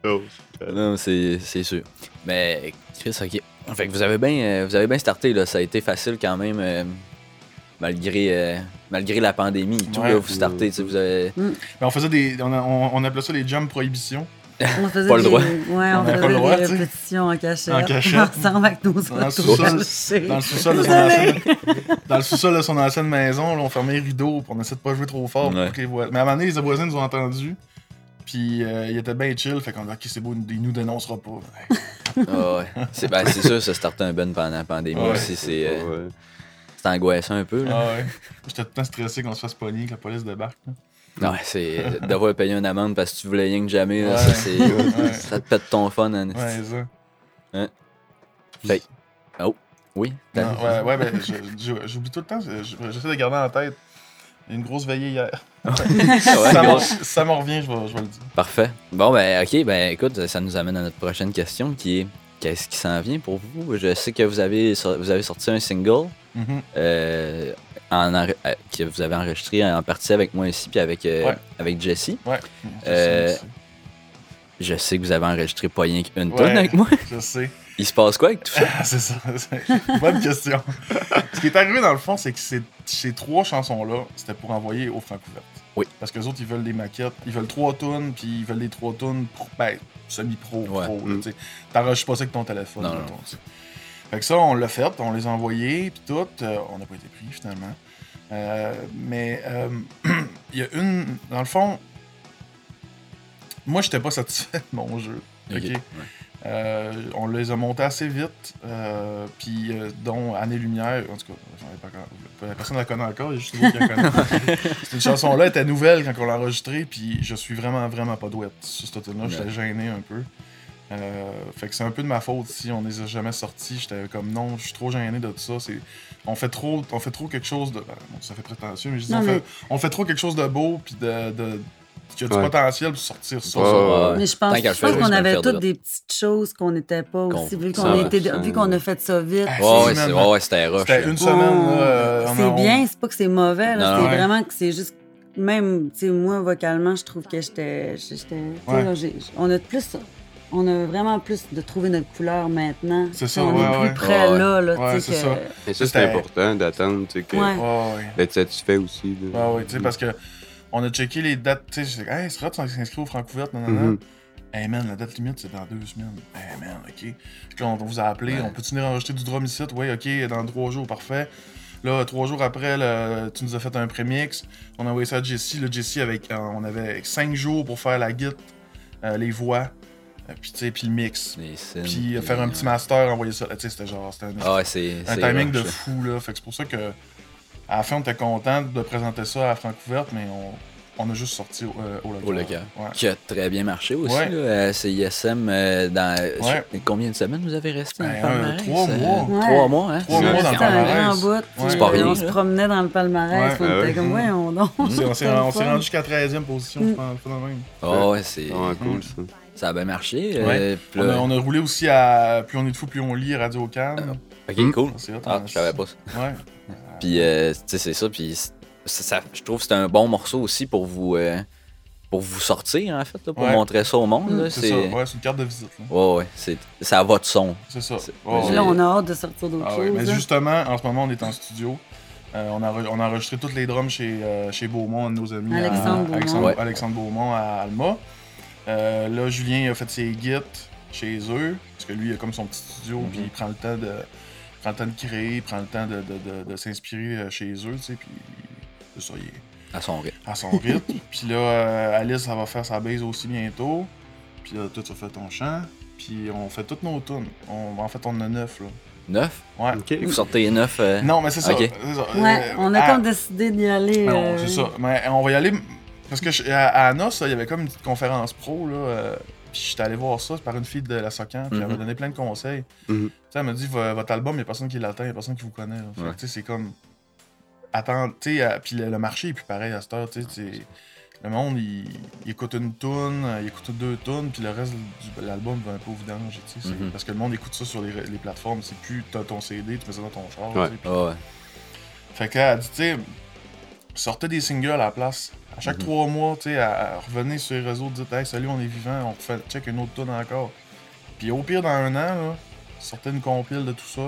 [SPEAKER 1] Oh, c'est-
[SPEAKER 4] *laughs* Non, c'est c'est sûr. Mais Chris, ok. Fait que vous avez bien euh, vous avez bien starté là, ça a été facile quand même euh, malgré euh, malgré la pandémie et tout
[SPEAKER 2] Ouais.
[SPEAKER 4] là, vous startez, tu sais, vous avez
[SPEAKER 2] Mais on faisait des. On, a- on- on appelait ça les jams prohibition.
[SPEAKER 3] On faisait
[SPEAKER 4] Pas le
[SPEAKER 3] des,
[SPEAKER 4] droit.
[SPEAKER 3] Ouais, on
[SPEAKER 2] avait pas
[SPEAKER 3] faisait
[SPEAKER 2] le droit,
[SPEAKER 3] des
[SPEAKER 2] tu sais.
[SPEAKER 3] répétitions en cachette.
[SPEAKER 2] En cachette.
[SPEAKER 3] *laughs* Ensemble avec nos
[SPEAKER 2] Dans le
[SPEAKER 3] autres
[SPEAKER 2] sous-sol.
[SPEAKER 3] cachés.
[SPEAKER 2] Dans le sous-sol de son ancienne
[SPEAKER 3] Désolée.
[SPEAKER 2] Dans le sous-sol de son ancienne maison, là, on fermait les rideaux, puis on essayait de pas jouer trop fort
[SPEAKER 4] Ouais.
[SPEAKER 2] pour que les voisins. Mais à un moment donné, les voisins nous ont entendus, puis euh, ils étaient bien chill, fait qu'on a dit, ok, c'est beau, ils nous dénoncera pas. Ouais.
[SPEAKER 4] Ah ouais. C'est ben, c'est sûr ça starter un band pendant la pandémie
[SPEAKER 2] Ouais.
[SPEAKER 4] aussi, c'est euh,
[SPEAKER 1] Ouais.
[SPEAKER 4] c'est angoissant un peu là.
[SPEAKER 2] Ah ouais. J'étais tout le temps stressé qu'on se fasse pogner, que la police débarque. là.
[SPEAKER 4] Ouais, c'est euh, d'avoir payé une amende parce que tu voulais rien que jamais là,
[SPEAKER 2] Ouais.
[SPEAKER 4] ça c'est
[SPEAKER 2] Ouais.
[SPEAKER 4] ça te pète ton fun hein. en
[SPEAKER 2] Ouais, ça.
[SPEAKER 4] Oui. t'as-
[SPEAKER 2] Non, Ah,
[SPEAKER 4] *laughs*
[SPEAKER 2] ouais, ouais, ben, je- je- j'oublie tout le temps, je- je- j'essaie de garder en tête. Une grosse veillée hier.
[SPEAKER 4] Ah Ouais,
[SPEAKER 2] ça,
[SPEAKER 4] gros.
[SPEAKER 2] m'en- ça m'en revient, je vais, je vais le dire.
[SPEAKER 4] Parfait. Bon, ben, ok, ben, écoute, ça nous amène à notre prochaine question qui est qu'est-ce qui s'en vient pour vous Je sais que vous avez, sor- vous avez sorti un single
[SPEAKER 2] Mhm.
[SPEAKER 4] euh, en enre- euh, que vous avez enregistré en partie avec moi ici puis avec, euh,
[SPEAKER 2] Ouais.
[SPEAKER 4] avec Jesse.
[SPEAKER 2] Ouais.
[SPEAKER 4] Euh,
[SPEAKER 2] Je sais,
[SPEAKER 4] Je sais que vous avez enregistré pas rien qu'une
[SPEAKER 2] Ouais.
[SPEAKER 4] tonne avec moi.
[SPEAKER 2] je sais.
[SPEAKER 4] Il se passe quoi avec tout ça
[SPEAKER 2] Ah, *laughs* c'est ça. c'est- Bonne
[SPEAKER 4] *laughs*
[SPEAKER 2] question. Ce qui est arrivé dans le fond, c'est que ces, ces trois chansons-là, c'était pour envoyer aux Francouverte.
[SPEAKER 4] Oui.
[SPEAKER 2] Parce que les autres, ils veulent des maquettes, ils veulent trois tonnes, puis ils veulent des trois tonnes pro- ben, semi-pro,
[SPEAKER 4] Ouais.
[SPEAKER 2] pro. là,
[SPEAKER 1] Mm.
[SPEAKER 2] tu sais. T'enregistres pas ça avec ton téléphone.
[SPEAKER 4] Non, non,
[SPEAKER 2] mettons, tu sais. Fait que ça, on l'a fait, on les a envoyés, puis tout. euh, on n'a pas été pris finalement. Euh, mais euh, *clears throat* il y a une. Dans le fond, moi, j'étais pas satisfait de mon jeu.
[SPEAKER 4] Ok.
[SPEAKER 2] Ok. Euh, on les a montés assez vite, euh, puis euh, dont Année Lumière, en tout cas, j'en ai pas encore- personne ne la connaît encore, il y a juste vous qui la connaît.
[SPEAKER 1] *laughs*
[SPEAKER 2] *laughs* Cette chanson-là était nouvelle quand on l'a enregistrée, puis je suis vraiment, vraiment pas douette sur cette tune-là, j'étais
[SPEAKER 4] Ouais.
[SPEAKER 2] gêné un peu. Euh, fait que c'est un peu de ma faute si on les a jamais sortis, j'étais comme non, je suis trop gêné de tout ça, c'est... On fait, trop, on fait trop quelque chose de. ben, bon, ça fait prétentieux, mais je dis,
[SPEAKER 3] Non,
[SPEAKER 2] on,
[SPEAKER 3] mais-
[SPEAKER 2] Fait, on fait trop quelque chose de beau, puis de, de- qui a du
[SPEAKER 1] Ouais.
[SPEAKER 2] potentiel pour sortir ça.
[SPEAKER 1] Ouais,
[SPEAKER 2] ça.
[SPEAKER 1] ouais, ouais.
[SPEAKER 3] Mais je pense,
[SPEAKER 4] Tant qu'à le
[SPEAKER 3] je pense
[SPEAKER 4] faire,
[SPEAKER 3] qu'on
[SPEAKER 4] je vais
[SPEAKER 3] avait
[SPEAKER 4] le faire
[SPEAKER 3] toutes
[SPEAKER 4] de
[SPEAKER 3] des petites choses qu'on n'était pas aussi,
[SPEAKER 4] Qu'on-
[SPEAKER 3] vu qu'on
[SPEAKER 1] ça,
[SPEAKER 3] a, été-
[SPEAKER 1] ça-
[SPEAKER 3] vu qu'on a fait ça vite.
[SPEAKER 2] Ah,
[SPEAKER 4] hein. Ouais, ouais,
[SPEAKER 2] six
[SPEAKER 4] c'est-
[SPEAKER 2] semaines.
[SPEAKER 4] ouais, ouais, c'était rush.
[SPEAKER 2] C'était
[SPEAKER 4] là.
[SPEAKER 2] une semaine. là, euh,
[SPEAKER 3] On-
[SPEAKER 2] on-
[SPEAKER 3] c'est
[SPEAKER 2] on-
[SPEAKER 3] bien, c'est pas que c'est mauvais, là,
[SPEAKER 4] Non,
[SPEAKER 3] c'est
[SPEAKER 2] non.
[SPEAKER 3] vraiment que c'est juste. Même, tu sais, moi, vocalement, je trouve que j'étais. j'étais- tu sais,
[SPEAKER 2] Ouais.
[SPEAKER 3] là, j'ai- On a de plus. On a vraiment plus de trouver notre couleur maintenant.
[SPEAKER 2] C'est ça,
[SPEAKER 3] on
[SPEAKER 2] ouais,
[SPEAKER 3] est plus
[SPEAKER 2] ouais.
[SPEAKER 3] près
[SPEAKER 4] Ouais,
[SPEAKER 3] là, là,
[SPEAKER 2] ouais.
[SPEAKER 3] tu sais.
[SPEAKER 2] Ouais, c'est
[SPEAKER 3] que-
[SPEAKER 2] ça.
[SPEAKER 1] Mais ça, c'est
[SPEAKER 2] C'était-
[SPEAKER 1] important d'attendre, tu sais, que-
[SPEAKER 3] Ouais.
[SPEAKER 2] Ouais, ouais.
[SPEAKER 1] d'être satisfait aussi. là.
[SPEAKER 2] Ouais, ouais, tu sais, parce que on a checké les dates. Tu sais, j'étais hey, Srot s'inscrit au Francouverte, non, non, non.
[SPEAKER 1] Mhm.
[SPEAKER 2] Hey man, la date limite, c'est dans deux semaines. Hey man, ok. Puis là, on vous a appelé,
[SPEAKER 4] Ouais.
[SPEAKER 2] on peut-tu venir enregistrer du drum ici? Ouais, ok, dans trois jours, parfait. Là, trois jours après, là, tu nous as fait un prémix. On a envoyé ça à Jesse. Là, Jesse, avec, euh, on avait cinq jours pour faire la guite, euh, les voix, euh, puis tu sais, puis le mix.
[SPEAKER 4] Des scènes,
[SPEAKER 2] Puis euh, faire un petit master, envoyer ça. là, Tu sais, c'était genre, c'était un,
[SPEAKER 4] Ah ouais, c'est.
[SPEAKER 2] un
[SPEAKER 4] c'est
[SPEAKER 2] timing
[SPEAKER 4] rush,
[SPEAKER 2] de
[SPEAKER 4] là.
[SPEAKER 2] fou, là. Fait que c'est pour ça que, à la fin, on était content de présenter ça à Francouverte, mais on, on a juste sorti au, euh, au local.
[SPEAKER 4] Au local.
[SPEAKER 3] *laughs*
[SPEAKER 2] Ouais.
[SPEAKER 4] Qui a très bien marché aussi.
[SPEAKER 2] Ouais.
[SPEAKER 4] là. Euh, c'est ISM euh, dans.
[SPEAKER 2] Ouais.
[SPEAKER 4] sur- Combien de semaines vous avez resté dans le
[SPEAKER 2] Ben, un,
[SPEAKER 4] palmarès,
[SPEAKER 2] trois
[SPEAKER 4] euh,
[SPEAKER 2] mois.
[SPEAKER 3] Ouais.
[SPEAKER 4] Trois mois, hein?
[SPEAKER 2] Trois
[SPEAKER 1] Ouais,
[SPEAKER 2] mois dans le
[SPEAKER 3] C'était un grand
[SPEAKER 2] palmarès.
[SPEAKER 3] bout.
[SPEAKER 2] Ouais.
[SPEAKER 3] puis
[SPEAKER 4] C'est pas rien,
[SPEAKER 3] on se
[SPEAKER 4] là.
[SPEAKER 3] promenait dans le palmarès.
[SPEAKER 2] Ouais,
[SPEAKER 3] on
[SPEAKER 1] ouais.
[SPEAKER 3] était comme, ouais,
[SPEAKER 2] *laughs*
[SPEAKER 3] on donc.
[SPEAKER 2] On s'est- on s'est
[SPEAKER 3] C'était
[SPEAKER 2] on s'est
[SPEAKER 3] le fun.
[SPEAKER 2] rendu jusqu'à 13e position, je pense. pas dans le même.
[SPEAKER 4] Ah ouais, c'est.
[SPEAKER 1] Ah, cool, ça.
[SPEAKER 4] Ça a bien marché.
[SPEAKER 2] Ouais.
[SPEAKER 4] euh, puis
[SPEAKER 2] On, a,
[SPEAKER 4] là-
[SPEAKER 2] on a roulé aussi à Plus on est de fou, plus on lit Radio Cannes.
[SPEAKER 4] Ok, cool.
[SPEAKER 2] C'est hot,
[SPEAKER 4] Euh, Ah,
[SPEAKER 2] on-
[SPEAKER 4] je savais pas ça.
[SPEAKER 2] Ouais.
[SPEAKER 4] Puis, euh, tu sais, c'est ça. Puis, c- ça, ça- je trouve que c'est un bon morceau aussi pour vous, euh, pour vous sortir, en fait, là, pour
[SPEAKER 2] Ouais. Mmh.
[SPEAKER 4] montrer ça au monde.
[SPEAKER 3] Mm.
[SPEAKER 4] là.
[SPEAKER 2] C'est ça, ouais, c'est une carte de visite. là.
[SPEAKER 4] Ouais, ouais, c'est... Ça va de son.
[SPEAKER 2] C'est ça. Oh,
[SPEAKER 4] C'est-
[SPEAKER 2] Ouais,
[SPEAKER 3] Puis
[SPEAKER 2] ouais.
[SPEAKER 3] Là, on a hâte de sortir d'autres
[SPEAKER 2] Ah ouais,
[SPEAKER 3] choses. hein.
[SPEAKER 2] mais
[SPEAKER 3] là.
[SPEAKER 2] justement, en ce moment, on est en studio. Euh, on, a re- on a enregistré toutes les drums chez, euh, chez Beaumont, un de nos amis. à-
[SPEAKER 3] Alexandre Beaumont.
[SPEAKER 2] Alexandre,
[SPEAKER 4] Ouais.
[SPEAKER 2] Alexandre Beaumont à Alma. Euh, là, Julien a fait ses gits chez eux, parce que lui, il a comme son petit studio,
[SPEAKER 4] Mhm.
[SPEAKER 2] puis il prend le temps de il prend le temps de créer, il prend le temps de, de- de- de s'inspirer euh, chez eux, tu sais, puis c'est ça, il est
[SPEAKER 4] À son rythme.
[SPEAKER 2] à
[SPEAKER 3] *laughs*
[SPEAKER 2] son rythme. puis là, euh, Alice, ça va faire sa base aussi bientôt. Puis là, toi, tu as fait ton chant. Puis on fait toutes nos tunes. On- en fait, on en a neuf, là.
[SPEAKER 4] Neuf.
[SPEAKER 2] Ouais.
[SPEAKER 1] Ok.
[SPEAKER 4] Vous sortez neuf. euh,
[SPEAKER 2] Non, mais c'est ça.
[SPEAKER 4] Ok.
[SPEAKER 2] c'est ça.
[SPEAKER 3] Ouais,
[SPEAKER 2] Euh,
[SPEAKER 3] on a
[SPEAKER 2] à-
[SPEAKER 3] comme décidé d'y aller.
[SPEAKER 2] Non,
[SPEAKER 3] euh,
[SPEAKER 2] c'est ça. Mais on va y aller. Parce que je- à, à Anos, là, il y avait comme une petite conférence pro, là. euh, puis j'étais allé voir ça par une fille de la SOCAN, puis elle m'a
[SPEAKER 4] Mhm.
[SPEAKER 2] donné plein de conseils.
[SPEAKER 1] Mhm.
[SPEAKER 2] Tu sais, elle m'a dit Vo- votre album, il n'y a personne qui l'attend, il n'y a personne qui vous connaît. là. Fait que,
[SPEAKER 4] Ouais.
[SPEAKER 2] tu sais, c'est comme. Attends, tu sais, euh, puis le, le marché est plus pareil à cette heure, tu sais. c'est- Le monde, il, il écoute une toune, euh, il écoute deux tounes, puis le reste de l'album va un peu au vidange, tu sais. c'est-
[SPEAKER 4] Mhm.
[SPEAKER 2] Parce que le monde écoute ça sur les, les plateformes, c'est plus t'as ton CD, tu mets ça dans ton char, tu
[SPEAKER 1] Ouais.
[SPEAKER 2] sais, puis-
[SPEAKER 4] ah ouais.
[SPEAKER 2] fait que là, elle dit, tu sais, sortez des singles à la place. À chaque
[SPEAKER 4] Mhm.
[SPEAKER 2] trois mois, tu sais, elle- elle revenez sur les réseaux, dites, hey, salut, on est vivant, on fait check une autre tune encore. Puis au pire, dans un an, là, sortez une compile de tout ça.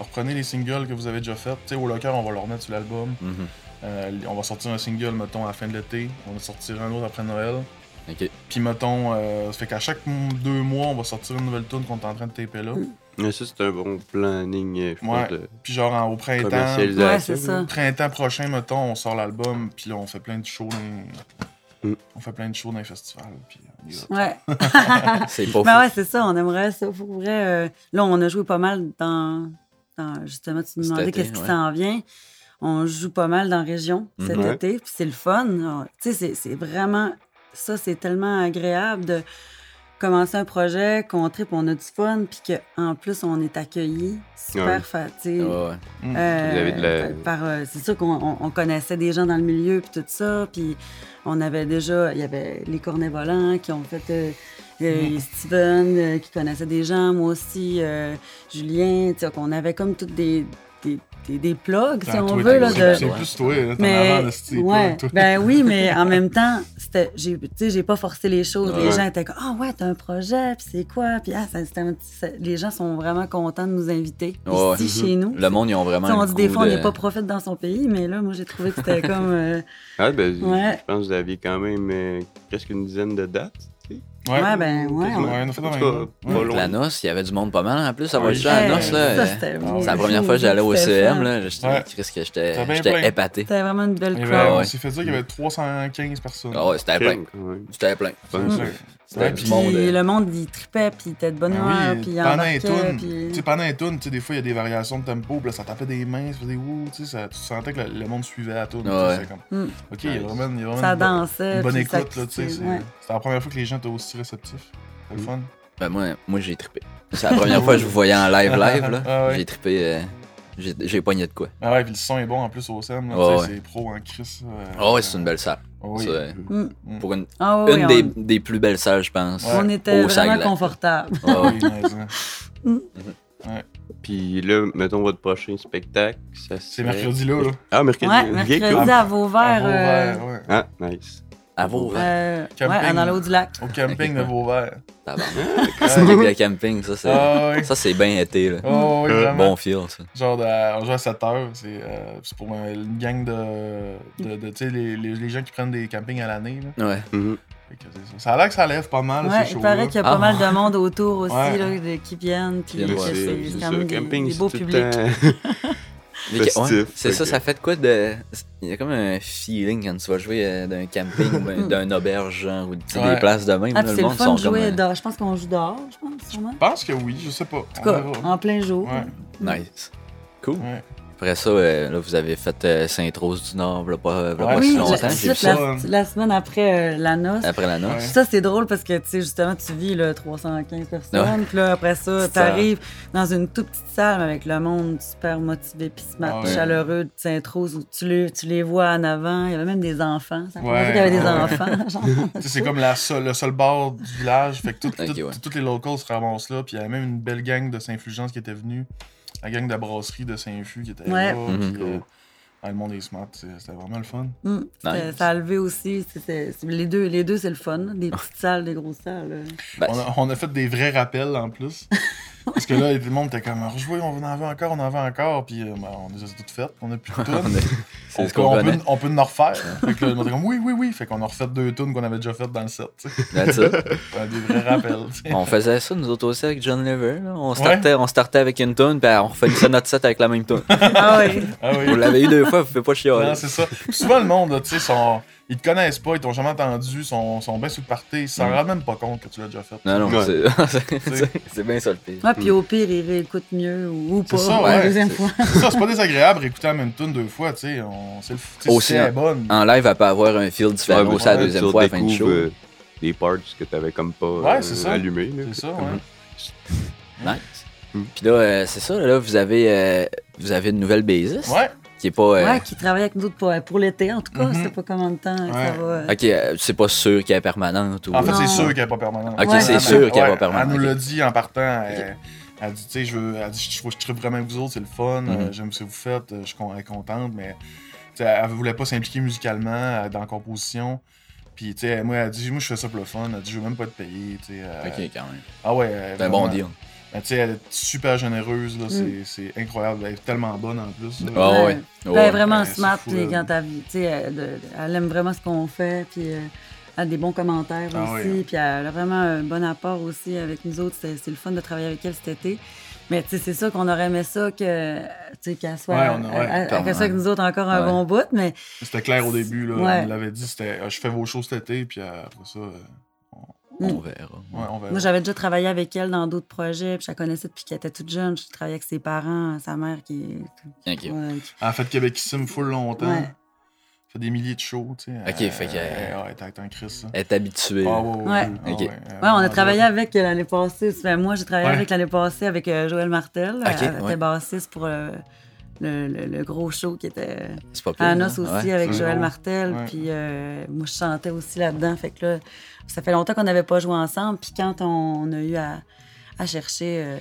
[SPEAKER 2] Reprenez les singles que vous avez déjà fait. Tu sais, au local, on va leur mettre sur l'album.
[SPEAKER 4] Mhm.
[SPEAKER 2] Euh, on va sortir un single, mettons, à la fin de l'été. On va sortir un autre après Noël.
[SPEAKER 4] Ok.
[SPEAKER 2] Puis, mettons, euh, ça fait qu'à chaque m- deux mois, on va sortir une nouvelle tune qu'on est en train de taper là.
[SPEAKER 1] Mais ça, c'est un bon planning, euh, je
[SPEAKER 2] Ouais.
[SPEAKER 1] pense, de
[SPEAKER 2] Puis, genre, en- au printemps,
[SPEAKER 3] Ouais,
[SPEAKER 1] commercialisation.
[SPEAKER 3] c'est ça.
[SPEAKER 2] printemps prochain, mettons, on sort l'album, puis là, on fait plein de shows dans...
[SPEAKER 1] Mm.
[SPEAKER 2] On fait plein de shows dans les festivals, puis... on y va.
[SPEAKER 3] Ouais.
[SPEAKER 4] C'est pas fou.
[SPEAKER 3] Ben ouais, c'est ça, on aimerait ça pour vrai. euh, là, on a joué pas mal dans. dans- justement, tu me
[SPEAKER 4] Cet
[SPEAKER 3] demandais
[SPEAKER 4] été,
[SPEAKER 3] qu'est-ce qui
[SPEAKER 4] ouais.
[SPEAKER 3] s'en vient. On joue pas mal dans la région cet
[SPEAKER 1] Mhm.
[SPEAKER 3] été, puis c'est le fun. On- Tu sais, c'est- c'est vraiment. Ça, c'est tellement agréable de commencer un projet, qu'on tripe, on a du fun, puis qu'en plus, on est accueilli super
[SPEAKER 1] Ouais.
[SPEAKER 3] fa- tu sais,
[SPEAKER 4] Ouais, Ah ouais.
[SPEAKER 2] Mm.
[SPEAKER 3] euh,
[SPEAKER 1] Vous avez de la-
[SPEAKER 3] par- par, euh, c'est sûr qu'on on- on connaissait des gens dans le milieu puis tout ça, puis on avait déjà, il y avait les cornets volants qui ont fait euh, euh, Steven euh, qui connaissait des gens, moi aussi euh, Julien, tu sais, qu'on avait comme toutes des des, des, des plugs si
[SPEAKER 2] Dans
[SPEAKER 3] on
[SPEAKER 2] Ben, toi,
[SPEAKER 3] veut là,
[SPEAKER 2] t'es-
[SPEAKER 3] de,
[SPEAKER 2] C'est plus toi, là, t'en as
[SPEAKER 3] mais
[SPEAKER 2] avant de ce type,
[SPEAKER 3] ouais,
[SPEAKER 2] là, toi.
[SPEAKER 3] ben oui, mais en même temps, c'était, j'ai, tu sais, j'ai pas forcé les choses. Les
[SPEAKER 1] Ouais.
[SPEAKER 3] gens étaient comme, ah ouais, t'as un projet, puis c'est quoi, puis ah, ça, c'était un petit- ça- les gens sont vraiment contents de nous inviter ici
[SPEAKER 4] Ouais, Ah ouais.
[SPEAKER 3] chez nous.
[SPEAKER 4] Le monde, ils ont
[SPEAKER 3] Tu
[SPEAKER 4] vraiment.
[SPEAKER 3] sais, on
[SPEAKER 4] le
[SPEAKER 3] dit des
[SPEAKER 4] goût
[SPEAKER 3] fois, on
[SPEAKER 4] de-
[SPEAKER 3] n'est pas prophète dans son pays, mais là, moi, j'ai trouvé que c'était comme. euh,
[SPEAKER 1] Ah, ben,
[SPEAKER 3] Ouais.
[SPEAKER 1] je pense que vous aviez quand même euh, presque une dizaine de dates. tu sais.
[SPEAKER 3] ouais, ben ouais.
[SPEAKER 2] Quasiment.
[SPEAKER 3] on-
[SPEAKER 2] Ouais, on a fait
[SPEAKER 1] En tout
[SPEAKER 2] un-
[SPEAKER 1] cas,
[SPEAKER 2] ouais.
[SPEAKER 1] pas long.
[SPEAKER 4] La noce, il y avait du monde pas mal en plus. *laughs* Ça va
[SPEAKER 1] Ouais.
[SPEAKER 4] juste à
[SPEAKER 3] Hey,
[SPEAKER 4] la noce,
[SPEAKER 3] ça,
[SPEAKER 4] là. euh,
[SPEAKER 3] c'était-
[SPEAKER 2] Ah ouais.
[SPEAKER 4] C'est la première fois que j'allais au
[SPEAKER 3] C'était
[SPEAKER 4] CM,
[SPEAKER 3] fun.
[SPEAKER 4] là. Je
[SPEAKER 2] Ouais.
[SPEAKER 4] Chris, que
[SPEAKER 2] T'as
[SPEAKER 4] j'étais
[SPEAKER 2] bien
[SPEAKER 4] j'étais
[SPEAKER 2] plein.
[SPEAKER 4] épaté.
[SPEAKER 3] C'était vraiment une belle
[SPEAKER 2] Il y
[SPEAKER 3] crowd.
[SPEAKER 2] avait- On
[SPEAKER 4] ouais.
[SPEAKER 2] s'est fait dire qu'il y avait 315 personnes.
[SPEAKER 4] Ah ouais, c'était
[SPEAKER 1] Crème,
[SPEAKER 2] ben.
[SPEAKER 4] plein.
[SPEAKER 1] quand même.
[SPEAKER 4] C'était plein.
[SPEAKER 1] Fun,
[SPEAKER 2] C'est
[SPEAKER 1] ça.
[SPEAKER 2] sûr.
[SPEAKER 4] C'était
[SPEAKER 2] puis
[SPEAKER 3] Puis
[SPEAKER 4] du monde. euh,
[SPEAKER 3] le monde, il tripait, puis il était de bonne
[SPEAKER 2] Ben
[SPEAKER 3] humeur,
[SPEAKER 2] oui,
[SPEAKER 3] puis il
[SPEAKER 2] pendant les
[SPEAKER 3] embarquait,
[SPEAKER 2] tunes, tu sais,
[SPEAKER 3] puis.
[SPEAKER 2] pendant les tunes, tu sais, des fois, il y a des variations de tempo, puis là, ça tapait des mains, ça faisait ouh, tu sais, ça- tu sentais que le, le monde suivait la tune, tu sais,
[SPEAKER 4] Ouais.
[SPEAKER 2] c'est comme,
[SPEAKER 3] Mm.
[SPEAKER 2] ok, il y a vraiment, il y a vraiment
[SPEAKER 3] Ça
[SPEAKER 2] une bonne-
[SPEAKER 3] dansait.
[SPEAKER 2] une bonne
[SPEAKER 3] Euh, puis ça
[SPEAKER 2] écoute, là, tu sais, c'est *laughs*
[SPEAKER 3] poussait, ouais.
[SPEAKER 2] c'était la première fois que les gens étaient aussi réceptifs, c'est le
[SPEAKER 1] Mm.
[SPEAKER 2] fun.
[SPEAKER 4] Ben moi, moi j'ai trippé. C'est la première fois que je vous voyais en live live là.
[SPEAKER 2] Ah ouais.
[SPEAKER 4] J'ai trippé. euh, J'ai j'ai pogné de quoi.
[SPEAKER 2] Ah ouais, puis le son est bon en plus au SEM. là,
[SPEAKER 4] Ouais,
[SPEAKER 2] tu sais, C'est pro en Chris. euh,
[SPEAKER 4] Oh, ouais, c'est une belle salle.
[SPEAKER 2] Oui.
[SPEAKER 4] ça, ouais.
[SPEAKER 3] Mm.
[SPEAKER 2] Mm.
[SPEAKER 4] Pour une,
[SPEAKER 3] Ah oui,
[SPEAKER 4] une
[SPEAKER 3] on,
[SPEAKER 4] des, des plus belles salles, je pense.
[SPEAKER 2] Ouais.
[SPEAKER 3] on était
[SPEAKER 4] au
[SPEAKER 3] vraiment
[SPEAKER 4] Saglac.
[SPEAKER 3] confortables.
[SPEAKER 4] Ouais, ouais.
[SPEAKER 2] Oui, mais, hein.
[SPEAKER 1] Puis là, mettons votre prochain spectacle. ça
[SPEAKER 2] C'est
[SPEAKER 1] serait-
[SPEAKER 2] mercredi là. là.
[SPEAKER 1] Ah, mercredi.
[SPEAKER 3] Ouais,
[SPEAKER 1] ok,
[SPEAKER 3] mercredi Ah.
[SPEAKER 1] cool.
[SPEAKER 3] à Vauvert.
[SPEAKER 2] À
[SPEAKER 3] euh,
[SPEAKER 2] Vauvert, ouais.
[SPEAKER 1] Ah, nice.
[SPEAKER 4] À vos ouais.
[SPEAKER 3] euh, ouais,
[SPEAKER 2] Camping.
[SPEAKER 3] dans l'eau du lac.
[SPEAKER 2] Au camping de Vauvert.
[SPEAKER 4] Tabarnak.
[SPEAKER 2] Ah,
[SPEAKER 4] Avec le camping, ça, c'est,
[SPEAKER 2] Ah oui.
[SPEAKER 4] ça, c'est bien été. Là.
[SPEAKER 2] Oh, oui,
[SPEAKER 1] Euh,
[SPEAKER 2] vraiment.
[SPEAKER 4] Bon feel, ça.
[SPEAKER 2] Genre, de- on joue à 7 heures. C'est euh, c'est pour euh, une gang de. de, de tu sais, les, les, les gens qui prennent des campings à l'année. là.
[SPEAKER 4] Ouais.
[SPEAKER 1] Mhm.
[SPEAKER 2] Fait que c'est ça. Ça a l'air que ça lève pas mal,
[SPEAKER 3] Ouais,
[SPEAKER 2] ces
[SPEAKER 3] il
[SPEAKER 2] shows-là.
[SPEAKER 3] paraît qu'il y a
[SPEAKER 4] Ah.
[SPEAKER 3] pas mal de monde autour aussi
[SPEAKER 2] Ouais.
[SPEAKER 3] là, de- qui viennent. Puis
[SPEAKER 4] Qui viennent
[SPEAKER 3] que
[SPEAKER 1] Mais
[SPEAKER 4] voir
[SPEAKER 3] c'est
[SPEAKER 4] ça,
[SPEAKER 1] c'est-
[SPEAKER 3] c'est
[SPEAKER 1] c'est
[SPEAKER 3] quand
[SPEAKER 1] ça,
[SPEAKER 3] même des,
[SPEAKER 1] camping,
[SPEAKER 3] des
[SPEAKER 1] c'est
[SPEAKER 3] beaux
[SPEAKER 1] tout le
[SPEAKER 2] *laughs*
[SPEAKER 3] publics.
[SPEAKER 1] temps-
[SPEAKER 4] Mais que- ouais,
[SPEAKER 1] Festif,
[SPEAKER 4] c'est
[SPEAKER 1] fait
[SPEAKER 4] ça,
[SPEAKER 1] que-
[SPEAKER 4] ça fait de quoi de. Il y a comme un feeling quand tu vas jouer euh, d'un camping ou
[SPEAKER 3] *laughs*
[SPEAKER 4] ben, d'un auberge, genre, ou tu sais,
[SPEAKER 2] Ouais.
[SPEAKER 4] des places de même.
[SPEAKER 3] Ah,
[SPEAKER 4] là,
[SPEAKER 3] puis
[SPEAKER 4] le
[SPEAKER 3] c'est le
[SPEAKER 4] monde
[SPEAKER 3] fun
[SPEAKER 4] sont
[SPEAKER 3] de jouer
[SPEAKER 4] comme. euh,
[SPEAKER 3] dehors. Je pense qu'on joue dehors, je pense, sûrement.
[SPEAKER 2] Je pense que oui, je sais pas.
[SPEAKER 3] En tout
[SPEAKER 2] On
[SPEAKER 3] cas,
[SPEAKER 2] verra.
[SPEAKER 3] en plein jour.
[SPEAKER 2] Ouais.
[SPEAKER 4] Nice. Cool.
[SPEAKER 2] Ouais.
[SPEAKER 4] Après ça, euh, là, vous avez fait euh, Sainte-Rose-du-Nord, voilà pas, voilà
[SPEAKER 2] Ouais,
[SPEAKER 4] pas
[SPEAKER 3] oui,
[SPEAKER 4] si
[SPEAKER 2] c'est
[SPEAKER 3] la,
[SPEAKER 4] Ah, longtemps,
[SPEAKER 2] ça,
[SPEAKER 4] j'ai vu
[SPEAKER 3] suite,
[SPEAKER 4] ça.
[SPEAKER 3] la, la semaine après euh, la noce.
[SPEAKER 4] Après la noce.
[SPEAKER 2] Ouais.
[SPEAKER 3] Ça, c'est drôle parce que, tu sais, justement, tu vis là, 315 personnes. Puis là, après ça,
[SPEAKER 4] Petite
[SPEAKER 3] tu arrives dans une toute petite salle avec le monde super motivé, puis smart,
[SPEAKER 2] Ah
[SPEAKER 3] puis
[SPEAKER 2] ouais.
[SPEAKER 3] chaleureux de Saint-Rose où tu, les- tu les vois en avant. Il y avait même des enfants. Ça
[SPEAKER 2] Ouais,
[SPEAKER 3] ouais, qu'il y avait des
[SPEAKER 2] ouais.
[SPEAKER 3] enfants. *laughs* genre.
[SPEAKER 2] Tu sais, c'est comme la seule- le seul bar du village. Fait que tout- tout-
[SPEAKER 4] *laughs* Ok, ouais.
[SPEAKER 2] toutes les locals se ramassent là. Puis il y avait même une belle gang de Saint-Fulgence qui était venue. La gang de la brasserie de Saint-Fu qui était
[SPEAKER 3] Ouais.
[SPEAKER 2] là.
[SPEAKER 4] Mhm.
[SPEAKER 2] puis, euh, ah, le monde est smart. c'est- C'était vraiment le fun.
[SPEAKER 3] Mm. C'était-
[SPEAKER 4] Nice.
[SPEAKER 3] Ça a levé aussi. c'était- c'est- les deux, les deux c'est le fun. là. Des petites salles, des grosses salles. là.
[SPEAKER 4] Ben,
[SPEAKER 2] On a, on a fait des vrais rappels en
[SPEAKER 4] *laughs*
[SPEAKER 2] plus. Parce que là, tout le monde était comme rejouer, on en veut encore, on en veut encore. Puis euh, ben, on les a toutes faites. On a plus
[SPEAKER 4] *laughs*
[SPEAKER 2] de
[SPEAKER 4] on
[SPEAKER 2] tonnes.
[SPEAKER 4] a-
[SPEAKER 2] on,
[SPEAKER 4] c'est ce
[SPEAKER 2] peut,
[SPEAKER 4] qu'on
[SPEAKER 2] on, peut,
[SPEAKER 4] connaît.
[SPEAKER 2] on peut en refaire. Fait que là, le monde était comme oui, oui, oui. Fait qu'on a refait deux tunes qu'on avait déjà faites dans le set. tu sais. *laughs*
[SPEAKER 4] That's it.
[SPEAKER 2] Ouais, Des vrais rappels. tu
[SPEAKER 4] *laughs*
[SPEAKER 2] sais.
[SPEAKER 4] On faisait ça, nous autres aussi, avec John Lever. là. On, startait, on startait avec une tune, puis on refaisait notre set avec la même tune.
[SPEAKER 3] Ah *laughs* oui.
[SPEAKER 2] Ah oui.
[SPEAKER 4] Vous l'avez eu deux fois, vous pouvez pas chialer.
[SPEAKER 2] Non, c'est ça. Puis souvent, le monde, là, tu sais, sont... ils te connaissent pas, ils t'ont jamais entendu, sont, sont bien sous le party, ils s'en
[SPEAKER 4] Mm.
[SPEAKER 2] rendent même pas compte que tu l'as déjà fait.
[SPEAKER 4] Non, non,
[SPEAKER 1] Ouais.
[SPEAKER 4] c'est- *laughs* c'est c'est bien ça le pire.
[SPEAKER 3] Ouais, puis au pire, ils réécoutent mieux ou, ou
[SPEAKER 2] Mm. C'est
[SPEAKER 3] pas.
[SPEAKER 2] ça,
[SPEAKER 3] la
[SPEAKER 2] ouais,
[SPEAKER 3] deuxième
[SPEAKER 4] c'est-
[SPEAKER 3] fois.
[SPEAKER 2] ça, c'est pas désagréable écouter la même tune deux fois, tu sais. On... C'est le... tu sais,
[SPEAKER 4] Aussi,
[SPEAKER 2] si elle est
[SPEAKER 4] hein.
[SPEAKER 2] bonne.
[SPEAKER 4] En live, elle peut avoir un feel différent
[SPEAKER 1] Ouais,
[SPEAKER 4] aussi
[SPEAKER 2] mais
[SPEAKER 4] la
[SPEAKER 2] ouais,
[SPEAKER 4] deuxième
[SPEAKER 1] tu
[SPEAKER 4] fois à la fin du
[SPEAKER 1] redécouvres,
[SPEAKER 4] show.
[SPEAKER 1] euh, des parts que t'avais comme pas
[SPEAKER 2] Ouais,
[SPEAKER 1] euh,
[SPEAKER 2] c'est ça.
[SPEAKER 1] allumées, là.
[SPEAKER 2] C'est ça, ouais.
[SPEAKER 4] Mm-hmm. Nice.
[SPEAKER 1] Mm.
[SPEAKER 4] Puis là, euh, c'est ça, là, vous avez, euh, vous avez une nouvelle bassiste
[SPEAKER 2] Ouais,
[SPEAKER 4] qui est pas. euh,
[SPEAKER 3] Ouais, qui travaille avec nous pour, pour l'été, en tout cas.
[SPEAKER 2] Mhm.
[SPEAKER 3] Je sais pas combien de temps
[SPEAKER 2] Ouais.
[SPEAKER 3] ça va.
[SPEAKER 4] Ok, euh, c'est pas sûr qu'elle est permanente ou.
[SPEAKER 2] en fait,
[SPEAKER 3] Non.
[SPEAKER 2] c'est sûr qu'elle est pas permanente.
[SPEAKER 4] Ok,
[SPEAKER 3] Ouais.
[SPEAKER 4] c'est
[SPEAKER 2] Elle-
[SPEAKER 4] sûr qu'elle est
[SPEAKER 2] ouais,
[SPEAKER 4] pas permanente.
[SPEAKER 2] Elle nous
[SPEAKER 4] Ok.
[SPEAKER 2] l'a dit en partant. Elle, elle dit, tu sais, je veux. Elle dit, je, je, je tripe vraiment avec vous autres, c'est le fun,
[SPEAKER 4] Mhm.
[SPEAKER 2] euh, j'aime ce que vous faites, euh, je suis con- elle est contente, mais tu sais, elle voulait pas s'impliquer musicalement euh, dans la composition. Puis, tu sais, moi, elle dit, moi, je fais ça pour le fun. Elle dit, je veux même pas te payer, tu sais. euh,
[SPEAKER 4] Ok, quand même.
[SPEAKER 2] Ah ouais, euh,
[SPEAKER 4] C'est un bon
[SPEAKER 2] vraiment.
[SPEAKER 4] deal.
[SPEAKER 2] Mais tu sais, elle est super généreuse, là,
[SPEAKER 3] Mm.
[SPEAKER 2] c'est- c'est incroyable. Elle est tellement bonne en plus. là.
[SPEAKER 4] Ah ouais.
[SPEAKER 3] Puis Elle est
[SPEAKER 4] Ouais.
[SPEAKER 3] Ben, vraiment
[SPEAKER 2] Ouais, c'est
[SPEAKER 3] smart,
[SPEAKER 2] fou,
[SPEAKER 3] puis
[SPEAKER 2] là.
[SPEAKER 3] quand elle, tu sais, elle, de- elle aime vraiment ce qu'on fait, puis euh, elle a des bons commentaires
[SPEAKER 2] Ah
[SPEAKER 3] aussi,
[SPEAKER 2] oui.
[SPEAKER 3] puis elle a vraiment un bon apport aussi avec nous autres. C'est c'est le fun de travailler avec elle cet été. Mais tu sais, c'est sûr qu'on aurait aimé ça que, tu sais, qu'elle soit.
[SPEAKER 2] Ouais, on a- ouais,
[SPEAKER 3] elle- elle- elle fait
[SPEAKER 4] clairement.
[SPEAKER 3] ça avec nous autres encore un
[SPEAKER 4] Ouais.
[SPEAKER 3] bon bout, mais
[SPEAKER 2] C'était clair au début, là.
[SPEAKER 3] Ouais.
[SPEAKER 2] Elle nous l'avait dit, c'était euh, je fais vos shows cet été, puis euh, après ça, euh,
[SPEAKER 4] On verra.
[SPEAKER 2] ouais, on verra.
[SPEAKER 3] moi j'avais déjà travaillé avec elle dans d'autres projets, puis je la connaissais depuis qu'elle était toute jeune. Je travaillais avec ses parents, sa mère qui.
[SPEAKER 4] Ok.
[SPEAKER 3] Ouais,
[SPEAKER 2] Elle a fait Québec Sim full longtemps.
[SPEAKER 3] Ouais.
[SPEAKER 2] Fait des milliers de shows, tu sais. Euh,
[SPEAKER 4] Ok, fait que-
[SPEAKER 2] Ouais, ouais, t'as un Chris, ça.
[SPEAKER 4] Elle est habituée.
[SPEAKER 2] Ah ouais, ouais,
[SPEAKER 3] Ouais.
[SPEAKER 2] ah
[SPEAKER 4] Ok.
[SPEAKER 2] ouais,
[SPEAKER 3] Ouais, on a
[SPEAKER 2] euh,
[SPEAKER 3] travaillé avec euh, l'année passée. Enfin, moi, j'ai travaillé
[SPEAKER 2] Ouais.
[SPEAKER 3] avec l'année passée avec euh, Joël Martel.
[SPEAKER 4] Ok,
[SPEAKER 3] elle était
[SPEAKER 4] ouais.
[SPEAKER 3] bassiste pour euh, le, le- le gros show qui était
[SPEAKER 4] C'est pas pire.
[SPEAKER 3] à
[SPEAKER 4] hein?
[SPEAKER 3] Anos Ah, aussi
[SPEAKER 4] Ouais.
[SPEAKER 3] avec
[SPEAKER 2] c'est
[SPEAKER 3] Joël
[SPEAKER 2] drôle.
[SPEAKER 3] Martel.
[SPEAKER 2] Ouais.
[SPEAKER 3] Puis euh, moi, je chantais aussi là-dedans. Fait que là, ça fait longtemps qu'on n'avait pas joué ensemble. Puis quand on, on a eu à, à chercher euh,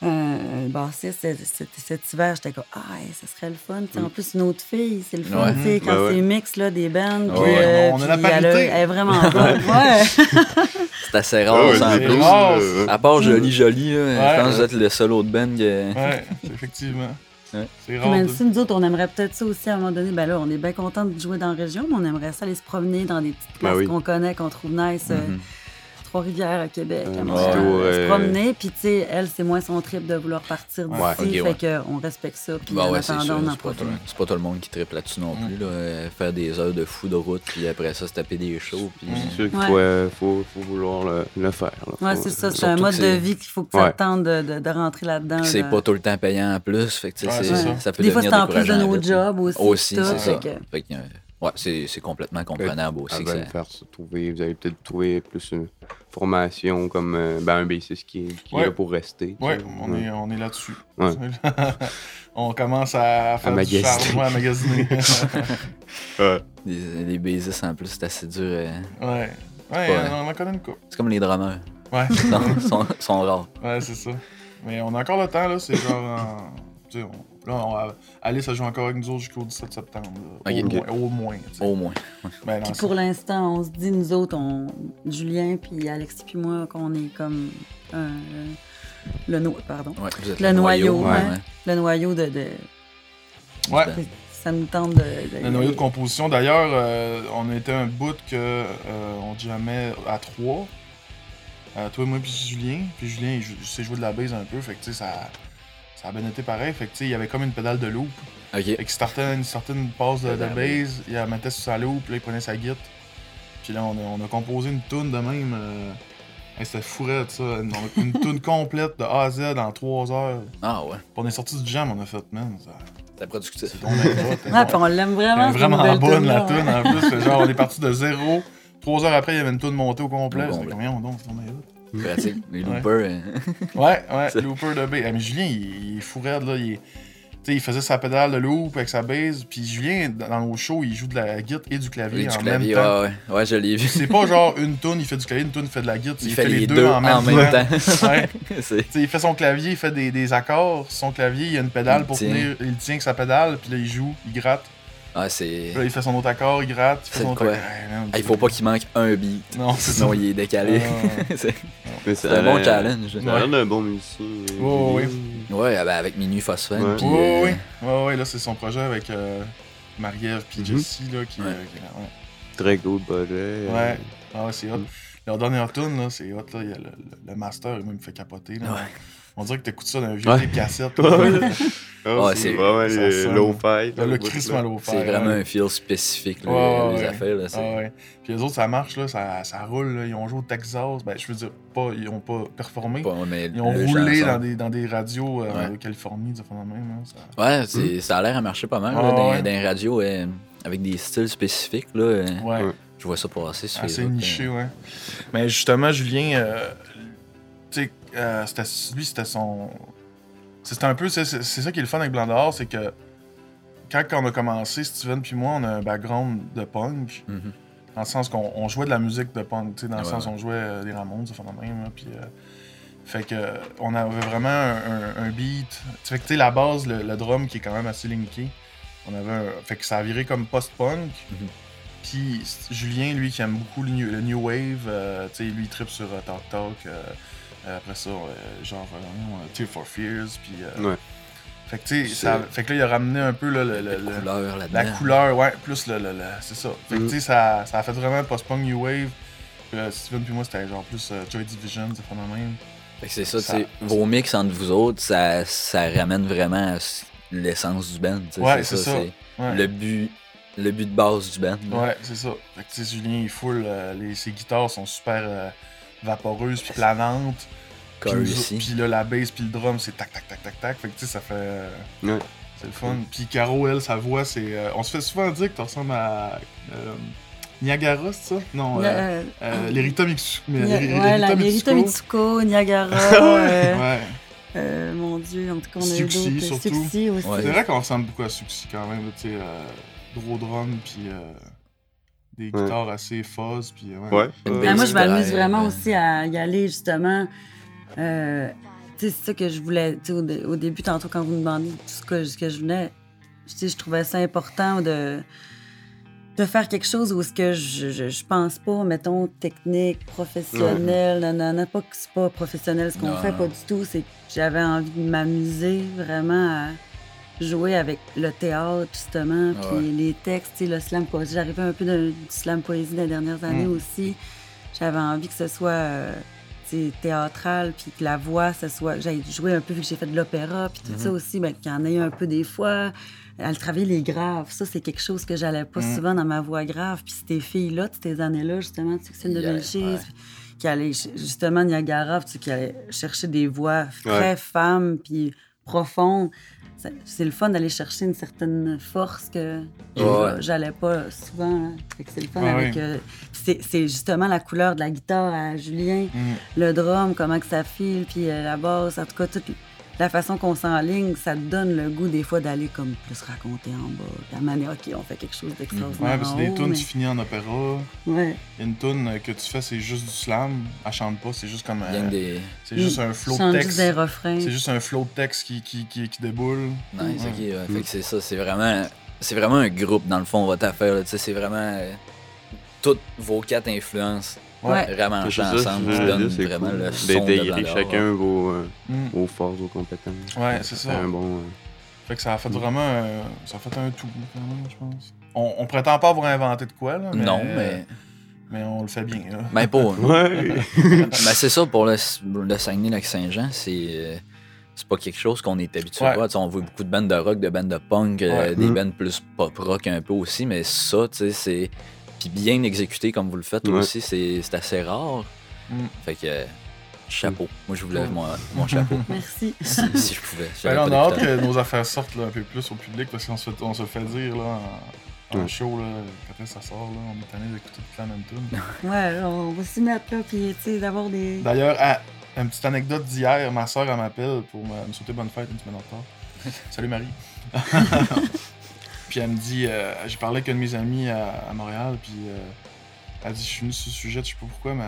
[SPEAKER 3] un, un bassiste c'est- c'est- cet hiver, j'étais comme Ah, hey, ça serait le fun. Tu sais, En plus, une autre fille, c'est le fun.
[SPEAKER 4] Ouais.
[SPEAKER 3] tu sais, Quand
[SPEAKER 1] Ouais, ouais.
[SPEAKER 3] c'est mix là, des bands.
[SPEAKER 4] Ouais.
[SPEAKER 3] puis, euh,
[SPEAKER 2] On a la
[SPEAKER 3] puis elle
[SPEAKER 2] parité.
[SPEAKER 3] Elle est vraiment bonne. Ouais.
[SPEAKER 4] C'est assez
[SPEAKER 1] Ah
[SPEAKER 4] rare,
[SPEAKER 1] ouais,
[SPEAKER 4] ça, en
[SPEAKER 2] c'est
[SPEAKER 4] plus.
[SPEAKER 2] rare. Ah.
[SPEAKER 1] euh,
[SPEAKER 4] À
[SPEAKER 3] Hmm.
[SPEAKER 4] part Joli Joli, là,
[SPEAKER 2] Ouais.
[SPEAKER 4] je pense que vous êtes le seul autre band que.
[SPEAKER 2] Ouais, effectivement.
[SPEAKER 4] Ouais.
[SPEAKER 2] C'est
[SPEAKER 3] Puis
[SPEAKER 2] rare.
[SPEAKER 3] même
[SPEAKER 2] de-
[SPEAKER 3] si nous autres, on aimerait peut-être ça aussi à un moment donné. Ben là, on est bien content de jouer dans la région, mais on aimerait ça aller se promener dans des petites
[SPEAKER 1] Ben
[SPEAKER 3] places
[SPEAKER 1] oui.
[SPEAKER 3] qu'on connaît, qu'on trouve nice. euh,
[SPEAKER 4] Mhm.
[SPEAKER 3] Trois-Rivières à Québec,
[SPEAKER 1] Euh,
[SPEAKER 3] à Montréal,
[SPEAKER 1] plutôt,
[SPEAKER 3] se
[SPEAKER 1] euh,
[SPEAKER 3] promener. Puis, tu sais, elle, c'est moins son trip de vouloir partir d'ici.
[SPEAKER 1] Ouais,
[SPEAKER 4] ok, ouais.
[SPEAKER 3] fait qu'on respecte ça. Puis,
[SPEAKER 4] Bah
[SPEAKER 3] en
[SPEAKER 4] ouais, c'est
[SPEAKER 3] attendant,
[SPEAKER 4] sûr.
[SPEAKER 3] on en
[SPEAKER 4] C'est pas, tout-
[SPEAKER 3] profite.
[SPEAKER 4] c'est pas tout le monde qui tripe là-dessus
[SPEAKER 2] Hmm.
[SPEAKER 4] non plus. Là. Euh, Faire des heures de fou de route, puis après ça, se taper des shows. Puis...
[SPEAKER 1] C'est sûr qu'il
[SPEAKER 3] Ouais.
[SPEAKER 1] faut, euh, faut, faut vouloir le, le faire. là.
[SPEAKER 3] Ouais,
[SPEAKER 1] Faut-
[SPEAKER 3] c'est ça. C'est
[SPEAKER 4] surtout
[SPEAKER 3] un
[SPEAKER 4] que
[SPEAKER 3] mode de
[SPEAKER 4] c'est-
[SPEAKER 3] vie qu'il faut que tu
[SPEAKER 1] Ouais.
[SPEAKER 3] attendes de, de- de rentrer là-dedans.
[SPEAKER 4] Puis c'est
[SPEAKER 3] là.
[SPEAKER 4] pas tout le temps payant en plus. Fait que, tu sais,
[SPEAKER 2] Ouais, c'est
[SPEAKER 4] c'est- ça.
[SPEAKER 2] ça.
[SPEAKER 4] peut
[SPEAKER 3] Des fois,
[SPEAKER 4] devenir
[SPEAKER 3] c'est en plus de
[SPEAKER 4] décourageant
[SPEAKER 3] nos
[SPEAKER 4] vite, là.
[SPEAKER 3] jobs aussi.
[SPEAKER 4] Aussi,
[SPEAKER 3] tout,
[SPEAKER 4] c'est
[SPEAKER 3] fait
[SPEAKER 4] ça.
[SPEAKER 3] que-
[SPEAKER 4] Fait que, euh, Ouais, c'est c'est complètement comprenable aussi. que
[SPEAKER 1] Avant de
[SPEAKER 2] ah
[SPEAKER 4] ça-
[SPEAKER 1] Ah, ben, faire se trouver, vous allez peut-être trouver plus une formation comme euh, ben, un bassiste qui, est- qui
[SPEAKER 2] Ouais.
[SPEAKER 1] est là pour rester. tu
[SPEAKER 2] Ouais,
[SPEAKER 1] sais.
[SPEAKER 2] on est, on est là-dessus.
[SPEAKER 1] Ouais.
[SPEAKER 2] *laughs* on commence à faire du
[SPEAKER 1] magasiner.
[SPEAKER 2] charme, ouais, à
[SPEAKER 4] *laughs*
[SPEAKER 1] Ouais.
[SPEAKER 2] magasiner. ben.
[SPEAKER 4] Les, les bassistes, euh, en plus, c'est assez dur. euh,
[SPEAKER 2] ouais. Ouais,
[SPEAKER 4] Ouais.
[SPEAKER 2] on en connaît une couple.
[SPEAKER 4] C'est comme les drummers.
[SPEAKER 2] Ouais,
[SPEAKER 4] *laughs* Non, sont, sont rares.
[SPEAKER 2] ouais c'est ça. Mais on a encore le temps, là. C'est genre. en- tu sais, on- Là, on va... Alice, elle joue encore avec nous autres jusqu'au 17 septembre. là.
[SPEAKER 4] Ok. Oh.
[SPEAKER 2] Au, moins, au moins. tu sais.
[SPEAKER 4] Au moins.
[SPEAKER 2] Ben,
[SPEAKER 3] Puis
[SPEAKER 2] non,
[SPEAKER 3] pour l'instant, on se dit, nous autres, on, Julien, puis Alexis, puis moi, qu'on est comme euh, le, no- pardon,
[SPEAKER 4] Ouais, vous êtes
[SPEAKER 3] Le noyau,
[SPEAKER 1] ouais.
[SPEAKER 3] le noyau de, de-
[SPEAKER 2] c'est- ouais.
[SPEAKER 3] Ça nous tente de. de-
[SPEAKER 2] Le noyau de composition. D'ailleurs, euh, on était un bout que euh, on jamais à trois. Euh, toi, moi, puis Julien. Puis Julien, il, jou- il sait jouer de la base un peu. Fait que, tu sais, ça, ça a bien été pareil. Fait que, tu sais, il y avait comme une pédale de loop.
[SPEAKER 4] Ok.
[SPEAKER 2] Fait qu'il sortait une, sortait une passe de, de
[SPEAKER 4] Pédale.
[SPEAKER 2] base, il la mettait sur sa loupe, là, il prenait sa guitare. Puis là, on a, on a composé une toune de même. Euh... hey, C'était fourette, ça. Une, on a- une toune complète de A à Z en 3 heures. Puis
[SPEAKER 4] Ah ouais.
[SPEAKER 2] on est sorti du jam, on a fait, man, ça-
[SPEAKER 4] C'est productif.
[SPEAKER 2] *laughs* c'est ton anecdote.
[SPEAKER 3] Ah, puis on l'aime
[SPEAKER 2] Elle
[SPEAKER 3] vraiment.
[SPEAKER 2] est
[SPEAKER 3] cette
[SPEAKER 2] vraiment
[SPEAKER 3] nouvelle
[SPEAKER 2] bonne la
[SPEAKER 3] tune-là,
[SPEAKER 2] toune
[SPEAKER 3] ouais.
[SPEAKER 2] en plus. Fait genre, on est parti de zéro. Trois heures après, il y avait une toune montée au complet.
[SPEAKER 4] Au
[SPEAKER 2] C'était
[SPEAKER 4] complet.
[SPEAKER 2] combien on donc, c'est ton anecdote?
[SPEAKER 4] Pratique. Les
[SPEAKER 2] Ouais.
[SPEAKER 4] loopers. euh,
[SPEAKER 2] Ouais, *laughs* ouais,
[SPEAKER 4] C'est-
[SPEAKER 2] looper de base. Ah, mais Julien, il, il est fou raide, là. Il, est- tu sais, il faisait sa pédale de loop avec sa base. Puis Julien, dans dans nos shows, il joue de la guitare et du
[SPEAKER 4] euh, et
[SPEAKER 2] clavier
[SPEAKER 4] du
[SPEAKER 2] en
[SPEAKER 4] clavier.
[SPEAKER 2] même temps.
[SPEAKER 4] Ouais, ouais. Ouais, je l'ai vu. *laughs*
[SPEAKER 2] C'est pas genre une toune, il fait du clavier, une toune, il fait de la guitare.
[SPEAKER 4] Il fait les deux en même
[SPEAKER 2] *laughs*
[SPEAKER 4] temps.
[SPEAKER 2] Ouais.
[SPEAKER 4] C'est
[SPEAKER 2] Tu sais, il fait son clavier, il fait des, des accords. Son clavier, il y a une pédale
[SPEAKER 4] Il
[SPEAKER 2] pour
[SPEAKER 4] tient.
[SPEAKER 2] tenir. Il tient que sa pédale, puis là, il joue, il gratte.
[SPEAKER 4] ah, c'est.
[SPEAKER 2] Puis Là, il fait son autre accord, il gratte. Il fait
[SPEAKER 4] C'est
[SPEAKER 2] son
[SPEAKER 4] de
[SPEAKER 2] autre
[SPEAKER 4] quoi?
[SPEAKER 2] accord. Ouais, man,
[SPEAKER 4] Ah, il faut pas qu'il manque un beat.
[SPEAKER 2] Non, *laughs* c'est ça.
[SPEAKER 4] Sinon, il est décalé.
[SPEAKER 2] Ah.
[SPEAKER 4] *laughs* c'est
[SPEAKER 1] Mais
[SPEAKER 4] c'est
[SPEAKER 1] ça
[SPEAKER 4] un
[SPEAKER 1] a
[SPEAKER 4] bon
[SPEAKER 1] l'air-
[SPEAKER 4] challenge. hein.
[SPEAKER 1] Ça a l'air d'un bon musicien. euh,
[SPEAKER 2] Oh,
[SPEAKER 1] Julien.
[SPEAKER 4] Ouais, ah ben, avec Minuit Phosphane.
[SPEAKER 1] Ouais.
[SPEAKER 4] puis,
[SPEAKER 2] Oui,
[SPEAKER 4] euh,
[SPEAKER 2] oui, Ouais, ouais, là, c'est son projet avec euh, Marie-Ève puis
[SPEAKER 1] Mhm.
[SPEAKER 2] Jessie, là, qui...
[SPEAKER 4] Mm-hmm. Ouais.
[SPEAKER 2] euh, qui- ouais.
[SPEAKER 1] Très cool projet. euh,
[SPEAKER 2] Ouais. Ah, ouais, c'est hot.
[SPEAKER 1] Mhm.
[SPEAKER 4] Mm.
[SPEAKER 2] Leur dernière tune, là, c'est hot, là. Il y a le, le- le master, il me fait capoter, là.
[SPEAKER 4] Ouais.
[SPEAKER 2] On dirait que t'écoutes ça d'un vieux
[SPEAKER 1] Ouais.
[SPEAKER 2] tape
[SPEAKER 4] *laughs*
[SPEAKER 2] cassette. là.
[SPEAKER 1] Ouais, ouais.
[SPEAKER 4] Ouais,
[SPEAKER 1] Ah,
[SPEAKER 4] c'est-
[SPEAKER 1] c'est vraiment
[SPEAKER 2] ça
[SPEAKER 1] le
[SPEAKER 2] sonne.
[SPEAKER 1] low hein, fight.
[SPEAKER 2] Là, le Chris Malo
[SPEAKER 4] C'est vraiment un feel spécifique, là,
[SPEAKER 2] Ouais,
[SPEAKER 4] les
[SPEAKER 2] ouais.
[SPEAKER 4] affaires. Là, c'est-
[SPEAKER 2] Ah ouais. Puis les autres, ça marche, là, ça, ça roule, là. Ils ont joué au Texas. Ben, je veux dire, pas, ils ont pas performé.
[SPEAKER 4] Pas- euh, mais
[SPEAKER 2] Ils ont
[SPEAKER 4] le
[SPEAKER 2] roulé
[SPEAKER 4] chanson.
[SPEAKER 2] dans des, dans des radios euh,
[SPEAKER 4] Ouais.
[SPEAKER 2] de Californie, du fond de même, là. Ça-
[SPEAKER 4] Ouais, c'est- ça a l'air à marcher pas mal, là,
[SPEAKER 2] Ah,
[SPEAKER 4] dans,
[SPEAKER 2] Hmm. ouais.
[SPEAKER 4] dans les radios, euh, avec des styles spécifiques, là. euh,
[SPEAKER 2] Ouais.
[SPEAKER 1] Ouais.
[SPEAKER 4] Je vois ça passer sur
[SPEAKER 2] Assez
[SPEAKER 4] Facebook,
[SPEAKER 2] niché,
[SPEAKER 4] euh.
[SPEAKER 2] ouais. Mais justement, Julien, euh, tu sais, euh, c'était- lui, c'était son. C'était un peu. C'est c'est- c'est ça qui est le fun avec Blandard, c'est que quand on a commencé, Steven puis moi, on a un background de punk,
[SPEAKER 4] Mhm.
[SPEAKER 2] dans le sens qu'on on jouait de la musique de punk, tu sais, dans le
[SPEAKER 4] Ah Ouais,
[SPEAKER 2] sens
[SPEAKER 4] ouais.
[SPEAKER 2] on jouait euh, des Ramones, ça fait de même, là, puis. euh, fait que euh, on avait vraiment un, un- un beat. Tu fait que tu sais, la base, le, le drum qui est quand même assez linké. On avait un- Fait que ça a viré comme post-punk.
[SPEAKER 4] Mhm.
[SPEAKER 2] Puis c- Julien, lui, qui aime beaucoup le new, le new wave, euh, tu sais, lui, il tripe sur euh, Talk Talk. euh, euh, après ça, euh, genre, euh, non, euh, Tear for Fears. Puis. euh,
[SPEAKER 1] Ouais.
[SPEAKER 2] Fait que tu sais,
[SPEAKER 1] C'est-
[SPEAKER 2] ça- fait que là, il a ramené un peu là, le- le-
[SPEAKER 4] La
[SPEAKER 2] le-
[SPEAKER 4] couleur là-dedans.
[SPEAKER 2] la couleur, ouais, plus le. le, le- c'est ça. Fait que
[SPEAKER 1] Mm.
[SPEAKER 2] tu sais, ça, ça a fait vraiment post-punk new wave. Puis, euh, Steven, puis moi, c'était genre plus euh, Joy Division, c'est pas le même.
[SPEAKER 4] Fait que c'est ça, tu
[SPEAKER 2] Ça-
[SPEAKER 4] sais, vos mix entre vous autres, ça, ça ramène vraiment à ce- l'essence du band. tu sais,
[SPEAKER 2] Ouais, c'est ça.
[SPEAKER 4] c'est
[SPEAKER 2] Ouais.
[SPEAKER 4] Le but, le but de base du band. là.
[SPEAKER 2] Ouais, c'est ça. Fait que, tu sais, Julien, il est full. euh, les, ses guitares sont super euh, vaporeuses puis planantes. Puis,
[SPEAKER 4] Corps
[SPEAKER 2] nous-
[SPEAKER 4] ici.
[SPEAKER 2] puis là, la bass puis le drum, c'est tac, tac, tac, tac, tac. Fait que, tu sais, ça fait. euh,
[SPEAKER 1] Ouais.
[SPEAKER 2] C'est le fun. Puis Caro, elle, sa voix, c'est. euh, on se fait souvent dire que tu ressembles à. euh, Niagara, c'est ça? Non,
[SPEAKER 3] Le-
[SPEAKER 2] euh,
[SPEAKER 3] euh,
[SPEAKER 2] euh, l'Erita Mitsu- mais-
[SPEAKER 3] Nia-
[SPEAKER 2] l'Erita
[SPEAKER 3] ouais, la
[SPEAKER 2] Mitsuko.
[SPEAKER 3] Mérita Mitsuko,
[SPEAKER 2] *laughs*
[SPEAKER 3] Niagara, euh,
[SPEAKER 2] Ouais.
[SPEAKER 3] euh, mon Dieu, en tout cas, on a eu
[SPEAKER 2] Suxy,
[SPEAKER 3] d'autres.
[SPEAKER 2] surtout.
[SPEAKER 3] Suxy aussi.
[SPEAKER 4] Ouais.
[SPEAKER 2] C'est vrai qu'on ressemble beaucoup à Suxy quand même, là, tu sais, euh, gros drum, puis euh, des
[SPEAKER 1] Ouais.
[SPEAKER 2] guitares assez fuzz, puis euh, ouais.
[SPEAKER 1] Ouais.
[SPEAKER 4] Une
[SPEAKER 1] ouais.
[SPEAKER 3] Ben, moi, je m'amuse
[SPEAKER 4] Drive,
[SPEAKER 3] vraiment
[SPEAKER 4] euh.
[SPEAKER 3] aussi à y aller, justement. Euh, tu sais, c'est ça que je voulais. tu sais, Au, dé- au début, tantôt, quand vous me demandez tout ce que, ce que je venais, je sais, je trouvais ça important de, de faire quelque chose où ce que je, je, je pense pas, mettons, technique, professionnel, nanana, pas que c'est pas professionnel ce qu'on
[SPEAKER 4] Non,
[SPEAKER 3] fait,
[SPEAKER 4] non.
[SPEAKER 3] pas du tout. C'est que j'avais envie de m'amuser vraiment à jouer avec le théâtre, justement, puis
[SPEAKER 4] Ouais.
[SPEAKER 3] les textes, tu sais, le slam poésie. J'arrivais un peu de- du slam poésie des dernières années
[SPEAKER 4] Mm.
[SPEAKER 3] aussi. J'avais envie que ce soit euh, tu sais, théâtral, puis que la voix, ce soit. J'ai joué un peu, vu que j'ai fait de l'opéra, puis tout
[SPEAKER 4] Mm-hmm.
[SPEAKER 3] ça aussi, ben, qu'il y en ait un peu des fois. Elle travailler les graves, ça, c'est quelque chose que j'allais pas
[SPEAKER 4] Mm.
[SPEAKER 2] Mhm.
[SPEAKER 3] souvent dans ma voix grave. Puis ces filles-là, toutes ces années-là, justement, tu sais, de
[SPEAKER 4] Yeah,
[SPEAKER 3] Belchis,
[SPEAKER 4] ouais.
[SPEAKER 3] qui allait ch- justement Niagara, puis tu sais, qui allait chercher des voix très femmes, puis profonde. Ça- C'est le fun d'aller chercher une certaine force que
[SPEAKER 4] Ouais.
[SPEAKER 3] j'allais pas souvent. là. Fait que c'est le fun
[SPEAKER 2] Ouais,
[SPEAKER 3] avec.
[SPEAKER 2] ouais.
[SPEAKER 3] euh, c'est c'est justement la couleur de la guitare à Julien,
[SPEAKER 2] Mm.
[SPEAKER 3] le drum, comment que ça file, puis euh, la basse, en tout cas, toute la façon qu'on s'enligne, ça te donne le goût des fois d'aller comme plus raconter en bas. puis La manière, OK, on fait quelque chose d'extraordinaire.
[SPEAKER 2] Ouais, parce que
[SPEAKER 3] en
[SPEAKER 2] des
[SPEAKER 3] haut,
[SPEAKER 2] tunes,
[SPEAKER 3] mais-
[SPEAKER 2] tu finis en opéra.
[SPEAKER 3] Ouais.
[SPEAKER 2] Il y a une tune euh, que tu fais, c'est juste du slam. Elle chante pas, c'est juste comme. euh,
[SPEAKER 4] Il y a une des.
[SPEAKER 2] c'est juste un flow de
[SPEAKER 3] Chante juste
[SPEAKER 2] texte.
[SPEAKER 3] des refrains.
[SPEAKER 2] C'est juste un flow de texte qui, qui, qui, qui déboule.
[SPEAKER 4] Nice,
[SPEAKER 2] Mm.
[SPEAKER 4] ok. ouais. Fait que c'est ça, c'est vraiment. C'est vraiment un groupe, dans le fond, votre affaire. là. Tu sais, c'est vraiment. euh, toutes vos quatre influences
[SPEAKER 3] Ouais.
[SPEAKER 4] vraiment
[SPEAKER 1] C'est ça, je
[SPEAKER 4] ensemble qui
[SPEAKER 1] veux dire,
[SPEAKER 4] donnent
[SPEAKER 1] c'est
[SPEAKER 4] vraiment
[SPEAKER 1] cool
[SPEAKER 4] le son de
[SPEAKER 1] D'intégrer
[SPEAKER 4] Ballard.
[SPEAKER 1] chacun vos, euh,
[SPEAKER 2] Mm.
[SPEAKER 1] vos forces, vos compétences.
[SPEAKER 2] Ouais, c'est ça.
[SPEAKER 1] C'est un bon. euh,
[SPEAKER 2] Fait que ça a fait
[SPEAKER 1] Mm.
[SPEAKER 2] vraiment. euh, ça a fait un tout, quand même, je pense. On, on prétend pas avoir inventé de quoi, là. Mais,
[SPEAKER 4] Non, mais.
[SPEAKER 2] Mais on le fait bien, là.
[SPEAKER 4] Mais
[SPEAKER 1] *laughs*
[SPEAKER 4] ben, pas.
[SPEAKER 1] Ouais!
[SPEAKER 4] Mais Ben, c'est ça pour le, le Saguenay-Lac-Saint-Jean, c'est euh, c'est pas quelque chose qu'on est habitué
[SPEAKER 2] Ouais.
[SPEAKER 4] à voir. Tu sais, on voit beaucoup de bandes de rock, de bandes de punk, euh,
[SPEAKER 2] Ouais.
[SPEAKER 4] des
[SPEAKER 1] Mm.
[SPEAKER 4] bandes plus pop rock un peu aussi, mais ça, tu sais, c'est. Puis bien exécuté comme vous le faites
[SPEAKER 1] Ouais.
[SPEAKER 4] aussi, c'est c'est assez rare.
[SPEAKER 2] Mm.
[SPEAKER 4] Fait que. euh, Chapeau.
[SPEAKER 1] Mm.
[SPEAKER 4] Moi, je vous lève mon,
[SPEAKER 2] *laughs*
[SPEAKER 4] mon chapeau.
[SPEAKER 3] Merci.
[SPEAKER 4] si, si je pouvais.
[SPEAKER 2] Ben
[SPEAKER 4] J'avais
[SPEAKER 2] là, on
[SPEAKER 4] pas
[SPEAKER 2] a hâte
[SPEAKER 4] d'écouteurs.
[SPEAKER 2] que nos affaires sortent là, un peu plus au public parce qu'on se fait, on se fait dire là, en, en
[SPEAKER 1] Ouais.
[SPEAKER 2] show là, quand ça sort, là, on est tanné d'écouter toute la même tune.
[SPEAKER 3] Ouais, on va s'y mettre là, puis tu sais, d'avoir des.
[SPEAKER 2] *laughs* D'ailleurs, ah, une petite anecdote d'hier, ma soeur m'appelle pour me, me souhaiter bonne fête une semaine en retard. Salut Marie. puis elle me dit, euh, j'ai parlé avec un de mes amis à, à Montréal, puis euh, elle dit, je suis venu sur ce sujet, je sais pas pourquoi, mais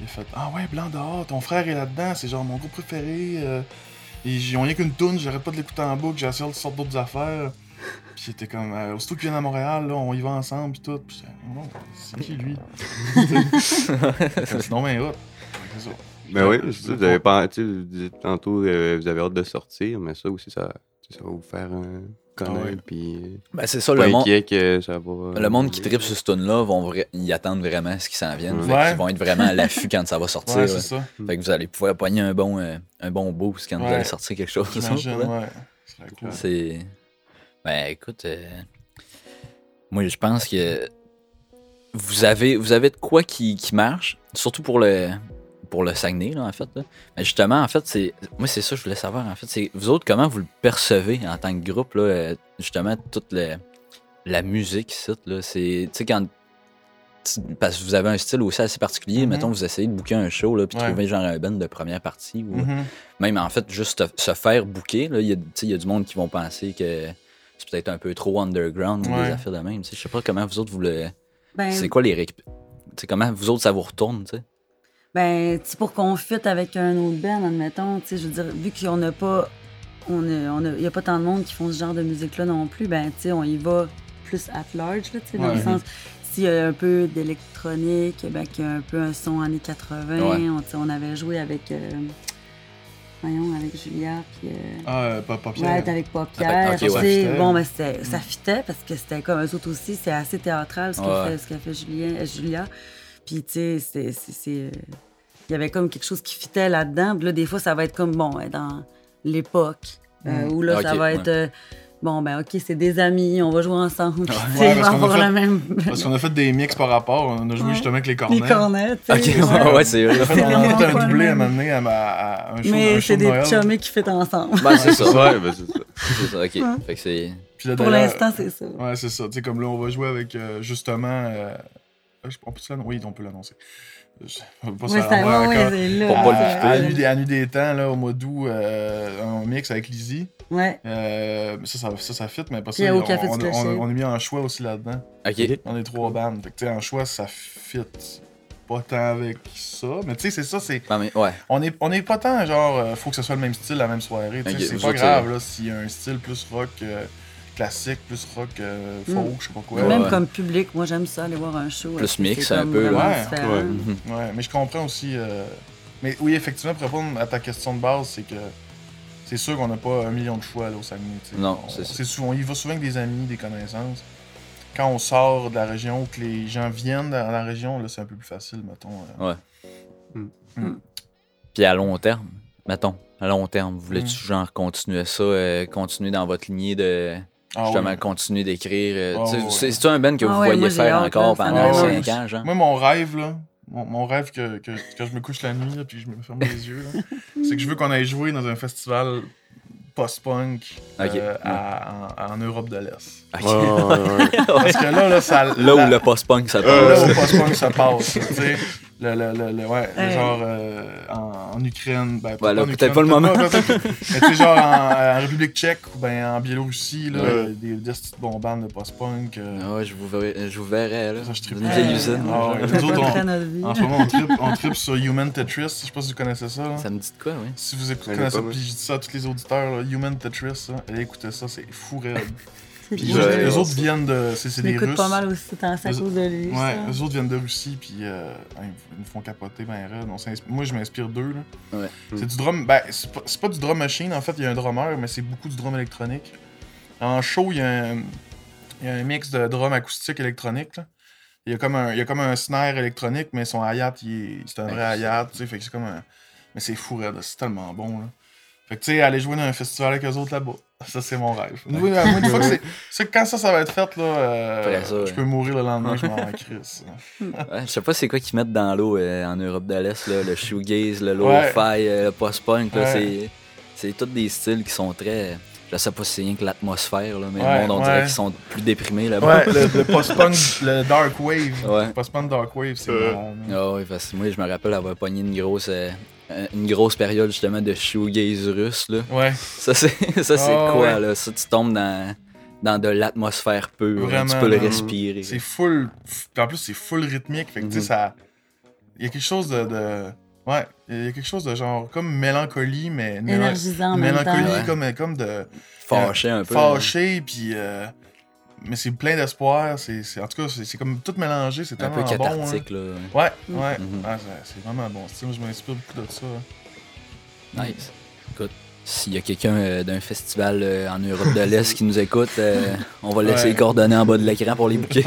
[SPEAKER 2] il a fait, ah ouais, blanc dehors, ton frère est là-dedans, c'est genre mon groupe préféré. euh, ils ont rien qu'une toune, j'arrête pas de l'écouter en boucle, j'assure toutes sortes d'autres affaires. Puis j'étais comme, euh, aussitôt qu'ils viennent à Montréal, là, on y va ensemble, puis tout. Puis j'étais, Oh, c'est qui *laughs* lui? Sinon, mais hop. C'est ça.
[SPEAKER 1] Ben oui, c'est ça, vous avez pas, tu sais, vous dites tantôt, euh, vous avez hâte de sortir, mais ça aussi, ça, tu sais, ça va vous faire euh,
[SPEAKER 2] Ah ouais.
[SPEAKER 1] connaître, puis
[SPEAKER 4] Ben, c'est ça,
[SPEAKER 1] euh, pas
[SPEAKER 4] le monde.
[SPEAKER 1] inquiet que ça va... euh,
[SPEAKER 4] Le monde qui tripe sur ce tune-là vont vra- y attendre vraiment ce qui s'en vient. Fait
[SPEAKER 2] Ouais.
[SPEAKER 4] qu'ils vont être vraiment à l'affût quand ça va sortir.
[SPEAKER 2] Ouais,
[SPEAKER 4] là.
[SPEAKER 2] c'est ça.
[SPEAKER 4] Fait que vous allez pouvoir pogner un bon, euh, un bon boost quand vous
[SPEAKER 2] Ouais.
[SPEAKER 4] allez sortir quelque chose. hein?
[SPEAKER 2] J'imagine, ouais. C'est la cool.
[SPEAKER 4] C'est. Ben écoute, euh, moi je pense que vous avez, vous avez de quoi qui, qui marche, surtout pour le pour le Saguenay là, en fait. là. Mais justement en fait c'est, moi c'est ça que je voulais savoir en fait, c'est vous autres comment vous le percevez en tant que groupe là, euh, justement toute le- la musique ici, là, c'est, tu sais quand parce que vous avez un style aussi assez particulier,
[SPEAKER 2] Mhm.
[SPEAKER 4] mettons vous essayez de booker un show là, puis
[SPEAKER 2] Ouais.
[SPEAKER 4] trouver genre un band de première partie ou
[SPEAKER 2] Mhm.
[SPEAKER 4] même en fait, juste te- se faire bouquer, il y, a- tu sais, il y a du monde qui vont penser que c'est peut-être un peu trop underground ou
[SPEAKER 2] Ouais.
[SPEAKER 4] des affaires de même. tu sais. Je sais pas comment vous autres vous le.
[SPEAKER 3] Ben,
[SPEAKER 4] C'est quoi les récup. tu sais, comment vous autres ça vous retourne, tu sais?
[SPEAKER 3] ben tu sais, pour qu'on fitte avec un autre band, admettons, tu sais, je veux dire, vu qu'on n'a pas. On a, on a- il y a pas tant de monde qui font ce genre de musique-là non plus, ben, tu sais, on y va plus at large, là, tu sais, dans le
[SPEAKER 2] Ouais.
[SPEAKER 3] sens. S'il y a un peu d'électronique, ben, qu'il y a un peu un son années 80,
[SPEAKER 4] Ouais.
[SPEAKER 3] on, tu sais, on avait joué avec. euh, voyons, avec Julia, puis. euh,
[SPEAKER 2] Ah, euh, pas, pas Pierre.
[SPEAKER 3] Ouais, t'es avec Paupière.
[SPEAKER 4] Avec- ok,
[SPEAKER 2] Ah, ouais.
[SPEAKER 3] tu sais,
[SPEAKER 2] Ça fitait.
[SPEAKER 3] Bon, ben, c'était- ça
[SPEAKER 2] Mm.
[SPEAKER 3] fitait parce que c'était comme eux autres aussi, c'est assez théâtral ce qu'a
[SPEAKER 4] Ouais.
[SPEAKER 3] fait, ce qu'a fait Julien, euh, Julia. Puis, tu sais, c'est- c'est- c'est, euh, il y avait comme quelque chose qui fitait là-dedans. Puis là, des fois, ça va être comme, bon, ouais, dans l'époque, euh,
[SPEAKER 2] Mm.
[SPEAKER 3] où là, ça
[SPEAKER 4] Ok,
[SPEAKER 3] va
[SPEAKER 4] ouais.
[SPEAKER 3] être. euh, Bon, ben, OK, c'est des amis, on va jouer ensemble. Puis, *laughs* tu sais,
[SPEAKER 2] Ouais,
[SPEAKER 3] on
[SPEAKER 2] parce
[SPEAKER 3] va
[SPEAKER 2] qu'on a
[SPEAKER 3] avoir
[SPEAKER 2] fait-
[SPEAKER 3] la même.
[SPEAKER 2] Parce qu'on a fait des mix par rapport, on a joué
[SPEAKER 3] Ouais.
[SPEAKER 2] justement avec les cornets.
[SPEAKER 3] *laughs* Les cornets, tu
[SPEAKER 4] Ok,
[SPEAKER 3] sais.
[SPEAKER 4] *laughs* ouais, ouais, c'est
[SPEAKER 2] En fait, on a fait
[SPEAKER 3] Pas
[SPEAKER 2] un
[SPEAKER 3] le
[SPEAKER 2] doublé à
[SPEAKER 3] même.
[SPEAKER 2] m'amener à, ma- à un show, un
[SPEAKER 3] Mais
[SPEAKER 2] show
[SPEAKER 3] c'est
[SPEAKER 2] de
[SPEAKER 3] des
[SPEAKER 2] Noël.
[SPEAKER 3] chummies qui fêtent ensemble. *laughs*
[SPEAKER 4] Ben, c'est ça.
[SPEAKER 1] Ouais, ben
[SPEAKER 4] *laughs*
[SPEAKER 1] c'est ça.
[SPEAKER 4] C'est ça, ok. Fait que c'est.
[SPEAKER 2] Puis là,
[SPEAKER 3] Pour
[SPEAKER 2] d'ailleurs-
[SPEAKER 3] l'instant, c'est ça.
[SPEAKER 2] Ouais, c'est ça. Tu sais, comme là, on va jouer avec euh, justement. euh, je- On peut l'annoncer? Oui, on peut l'annoncer. Je- on peut pas se
[SPEAKER 3] Ouais,
[SPEAKER 2] faire
[SPEAKER 3] c'est-
[SPEAKER 2] avoir
[SPEAKER 3] ouais,
[SPEAKER 2] encore. Euh,
[SPEAKER 3] ouais, c'est là.
[SPEAKER 4] Pour pas le
[SPEAKER 2] À, à,
[SPEAKER 4] quitter.
[SPEAKER 2] nu des- à nu des temps, là, au mois d'août, euh, un mix avec Lizzie.
[SPEAKER 3] Ouais.
[SPEAKER 2] Euh, ça, ça, ça, ça fit, mais pas
[SPEAKER 3] Puis
[SPEAKER 2] ça.
[SPEAKER 3] au
[SPEAKER 2] on,
[SPEAKER 3] Café du
[SPEAKER 2] on- on-
[SPEAKER 3] Clocher.
[SPEAKER 2] on est mis en choix aussi là-dedans.
[SPEAKER 4] Ok.
[SPEAKER 2] On est trois bandes. Fait que, tu sais, en choix, ça fit pas tant avec ça. Mais tu sais, c'est ça, c'est.
[SPEAKER 4] Ben, mais- ouais.
[SPEAKER 2] On est, on est pas tant genre, euh, faut que ce soit le même style la même soirée. tu sais,
[SPEAKER 4] Ok,
[SPEAKER 2] c'est
[SPEAKER 4] vous
[SPEAKER 2] pas
[SPEAKER 4] autres,
[SPEAKER 2] grave, là, s'il y a un style plus rock euh, classique, plus rock euh,
[SPEAKER 3] Mm.
[SPEAKER 2] folk, je sais pas quoi.
[SPEAKER 4] Ouais,
[SPEAKER 3] Même
[SPEAKER 4] ouais.
[SPEAKER 3] comme public, moi j'aime ça aller voir un show.
[SPEAKER 4] Plus
[SPEAKER 3] parce que
[SPEAKER 4] mix,
[SPEAKER 3] c'est
[SPEAKER 4] un
[SPEAKER 3] comme
[SPEAKER 4] peu,
[SPEAKER 3] vraiment
[SPEAKER 2] ouais.
[SPEAKER 3] différent.
[SPEAKER 1] Ouais.
[SPEAKER 4] Mhm.
[SPEAKER 2] Ouais, mais je comprends aussi. euh, Mais oui, effectivement, pour répondre à ta question de base, c'est que c'est sûr qu'on n'a pas un million de choix là, au Saguenay. tu sais.
[SPEAKER 4] Non,
[SPEAKER 2] On-
[SPEAKER 4] c'est ça.
[SPEAKER 2] souvent, On y va souvent avec des amis, des connaissances. Quand on sort de la région ou que les gens viennent dans la région, là, c'est un peu plus facile, mettons. euh.
[SPEAKER 4] Puis à long terme, mettons, à long terme, vous voulez-tu genre continuer ça, euh, continuer dans votre lignée de.
[SPEAKER 2] Ah
[SPEAKER 4] justement,
[SPEAKER 2] ouais.
[SPEAKER 4] continuer d'écrire. euh,
[SPEAKER 2] Ah
[SPEAKER 4] tu sais,
[SPEAKER 2] ouais. Ah
[SPEAKER 4] C'est c'est-tu un band que
[SPEAKER 3] Ah
[SPEAKER 4] vous
[SPEAKER 3] ouais,
[SPEAKER 4] voyez
[SPEAKER 3] moi, j'ai
[SPEAKER 4] faire
[SPEAKER 3] hâte,
[SPEAKER 4] encore
[SPEAKER 3] là, ça
[SPEAKER 4] pendant
[SPEAKER 2] me
[SPEAKER 4] 5
[SPEAKER 3] branche.
[SPEAKER 4] ans, genre?
[SPEAKER 2] Moi, mon rêve, là, mon, mon rêve que, que, que je me couche la nuit et je me ferme les yeux, là, c'est que je veux qu'on aille jouer dans un festival post-punk euh,
[SPEAKER 4] Ok, ouais.
[SPEAKER 2] à- en, en Europe de l'Est.
[SPEAKER 4] Ok. *laughs*
[SPEAKER 1] Ouais, ouais, *laughs* ouais.
[SPEAKER 2] Parce que là, là, ça,
[SPEAKER 4] Là
[SPEAKER 2] la-
[SPEAKER 4] où le post-punk, ça
[SPEAKER 1] Euh,
[SPEAKER 2] là
[SPEAKER 4] passe.
[SPEAKER 2] où le
[SPEAKER 4] *laughs*
[SPEAKER 2] post-punk se passe. tu sais. Le, le, le, le- ouais, le
[SPEAKER 3] Ouais.
[SPEAKER 2] genre euh, en, en Ukraine. Ben,
[SPEAKER 4] Ouais, là,
[SPEAKER 2] en
[SPEAKER 4] peut-être
[SPEAKER 2] Ukraine,
[SPEAKER 4] pas le moment.
[SPEAKER 2] peut-être pas, mais tu sais, genre en, en République tchèque ou ben, en Biélorussie, là,
[SPEAKER 1] Ouais.
[SPEAKER 2] des, des petites bombardes de post-punk. euh,
[SPEAKER 4] Ah ouais, je vous verrai, je vous verrai là.
[SPEAKER 2] Ça, je tripe.
[SPEAKER 4] Une vieille
[SPEAKER 3] Euh,
[SPEAKER 4] usine.
[SPEAKER 2] Ah ouais,
[SPEAKER 3] on
[SPEAKER 4] genre.
[SPEAKER 2] nous
[SPEAKER 3] fait
[SPEAKER 2] autres,
[SPEAKER 3] pas
[SPEAKER 2] on-
[SPEAKER 3] très notre vie.
[SPEAKER 2] En ce moment, on tripe, on tripe sur Human Tetris. Je sais pas si vous connaissez ça. là.
[SPEAKER 4] Ça me dit de quoi, oui?
[SPEAKER 2] Si vous écoutez,
[SPEAKER 1] Je connais
[SPEAKER 2] connaissez,
[SPEAKER 1] pas, moi.
[SPEAKER 2] puis je dis ça à tous les auditeurs, là, Human Tetris, là, allez écouter ça, c'est fou raide.
[SPEAKER 3] C'est
[SPEAKER 2] Puis
[SPEAKER 1] Ouais,
[SPEAKER 2] eux-
[SPEAKER 3] cool.
[SPEAKER 2] eux
[SPEAKER 1] ouais,
[SPEAKER 2] autres
[SPEAKER 1] ça.
[SPEAKER 2] viennent de. C'est c'est
[SPEAKER 3] Je
[SPEAKER 2] des
[SPEAKER 3] l'écoute
[SPEAKER 2] Russes.
[SPEAKER 3] pas mal aussi, tant c'est à
[SPEAKER 2] Eux-
[SPEAKER 3] cause de lui.
[SPEAKER 2] Ouais,
[SPEAKER 3] ça.
[SPEAKER 2] eux autres viennent de Russie, puis euh, hein, ils nous font capoter, ben raide. On s'inspire- Moi, je m'inspire d'eux, là.
[SPEAKER 4] Ouais.
[SPEAKER 2] C'est du drum. Ben, c'est pas, c'est pas du drum machine, en fait, il y a un drummer, mais c'est beaucoup du drum électronique. En show, il y a un, il y a un mix de drum acoustique électronique, là. Il y a comme un, il y a comme un snare électronique, mais son hi-hat, il est- Ben, c'est un
[SPEAKER 4] Ouais,
[SPEAKER 2] vrai
[SPEAKER 4] c'est-
[SPEAKER 2] hi-hat, tu sais, fait que c'est comme un. Mais c'est fou, raide, c'est tellement bon, là. Fait que, tu sais, aller jouer dans un festival avec eux autres là-bas. *laughs* Ça, c'est mon rêve. Une, fois- une ben, fois que c'est. c'est que quand ça, ça va être fait, là, euh,
[SPEAKER 4] Après ça,
[SPEAKER 2] je
[SPEAKER 4] ouais.
[SPEAKER 2] peux mourir le lendemain, je m'en crisse.
[SPEAKER 4] Ouais, je sais pas c'est quoi qu'ils mettent dans l'eau euh, en Europe de l'Est, là, le shoegaze, le lo-fi,
[SPEAKER 2] Ouais.
[SPEAKER 4] euh, le post-punk. là,
[SPEAKER 2] Ouais.
[SPEAKER 4] c'est- C'est tous des styles qui sont très. Je sais pas si c'est rien que l'atmosphère, là, mais
[SPEAKER 2] Ouais,
[SPEAKER 4] le monde, on
[SPEAKER 2] ouais.
[SPEAKER 4] dirait qu'ils sont plus déprimés là-bas.
[SPEAKER 2] *laughs* Ouais, le, le post-punk, le dark wave.
[SPEAKER 4] Ouais.
[SPEAKER 2] Le post-punk dark wave, c'est
[SPEAKER 1] Euh.
[SPEAKER 2] malade, hein.
[SPEAKER 4] *laughs* Ah oui, parce que moi, je me rappelle avoir pogné une grosse, euh, une grosse période justement de shoegaze russe. Là.
[SPEAKER 2] Ouais,
[SPEAKER 4] Ça, c'est *laughs* ça, c'est
[SPEAKER 2] Ah,
[SPEAKER 4] quoi,
[SPEAKER 2] ouais.
[SPEAKER 4] là? Ça, tu tombes dans, dans de l'atmosphère pure. hein,
[SPEAKER 2] Vraiment,
[SPEAKER 4] tu peux le
[SPEAKER 2] man.
[SPEAKER 4] respirer.
[SPEAKER 2] c'est full. f- En plus, c'est full rythmique. Fait que, tu sais,
[SPEAKER 4] Mhm.
[SPEAKER 2] ça. Il y a quelque chose de. de- Ouais, il y a quelque chose de genre comme mélancolie, mais. mélan-
[SPEAKER 3] Énergisant en même temps.
[SPEAKER 2] Mélancolie,
[SPEAKER 4] Ouais.
[SPEAKER 2] comme, comme de.
[SPEAKER 4] Fâché un peu. hein.
[SPEAKER 2] Fâché, puis. euh, Mais c'est plein d'espoir. c'est c'est- En tout cas, c'est c'est comme tout mélangé. C'est
[SPEAKER 4] hein. Un
[SPEAKER 2] tellement
[SPEAKER 4] peu
[SPEAKER 2] bon, hein.
[SPEAKER 4] cathartique, là.
[SPEAKER 2] Ouais,
[SPEAKER 3] Mm.
[SPEAKER 2] ouais.
[SPEAKER 4] Mhm.
[SPEAKER 2] Ah, c'est- c'est vraiment bon style. Je m'inspire beaucoup de ça.
[SPEAKER 4] Nice. Écoute, s'il y a quelqu'un euh, d'un festival euh, en Europe de l'Est qui nous écoute,
[SPEAKER 2] *laughs*
[SPEAKER 4] euh, on va laisser
[SPEAKER 2] Ouais.
[SPEAKER 4] les coordonnées en bas de l'écran pour
[SPEAKER 2] *laughs*
[SPEAKER 4] les bouquets.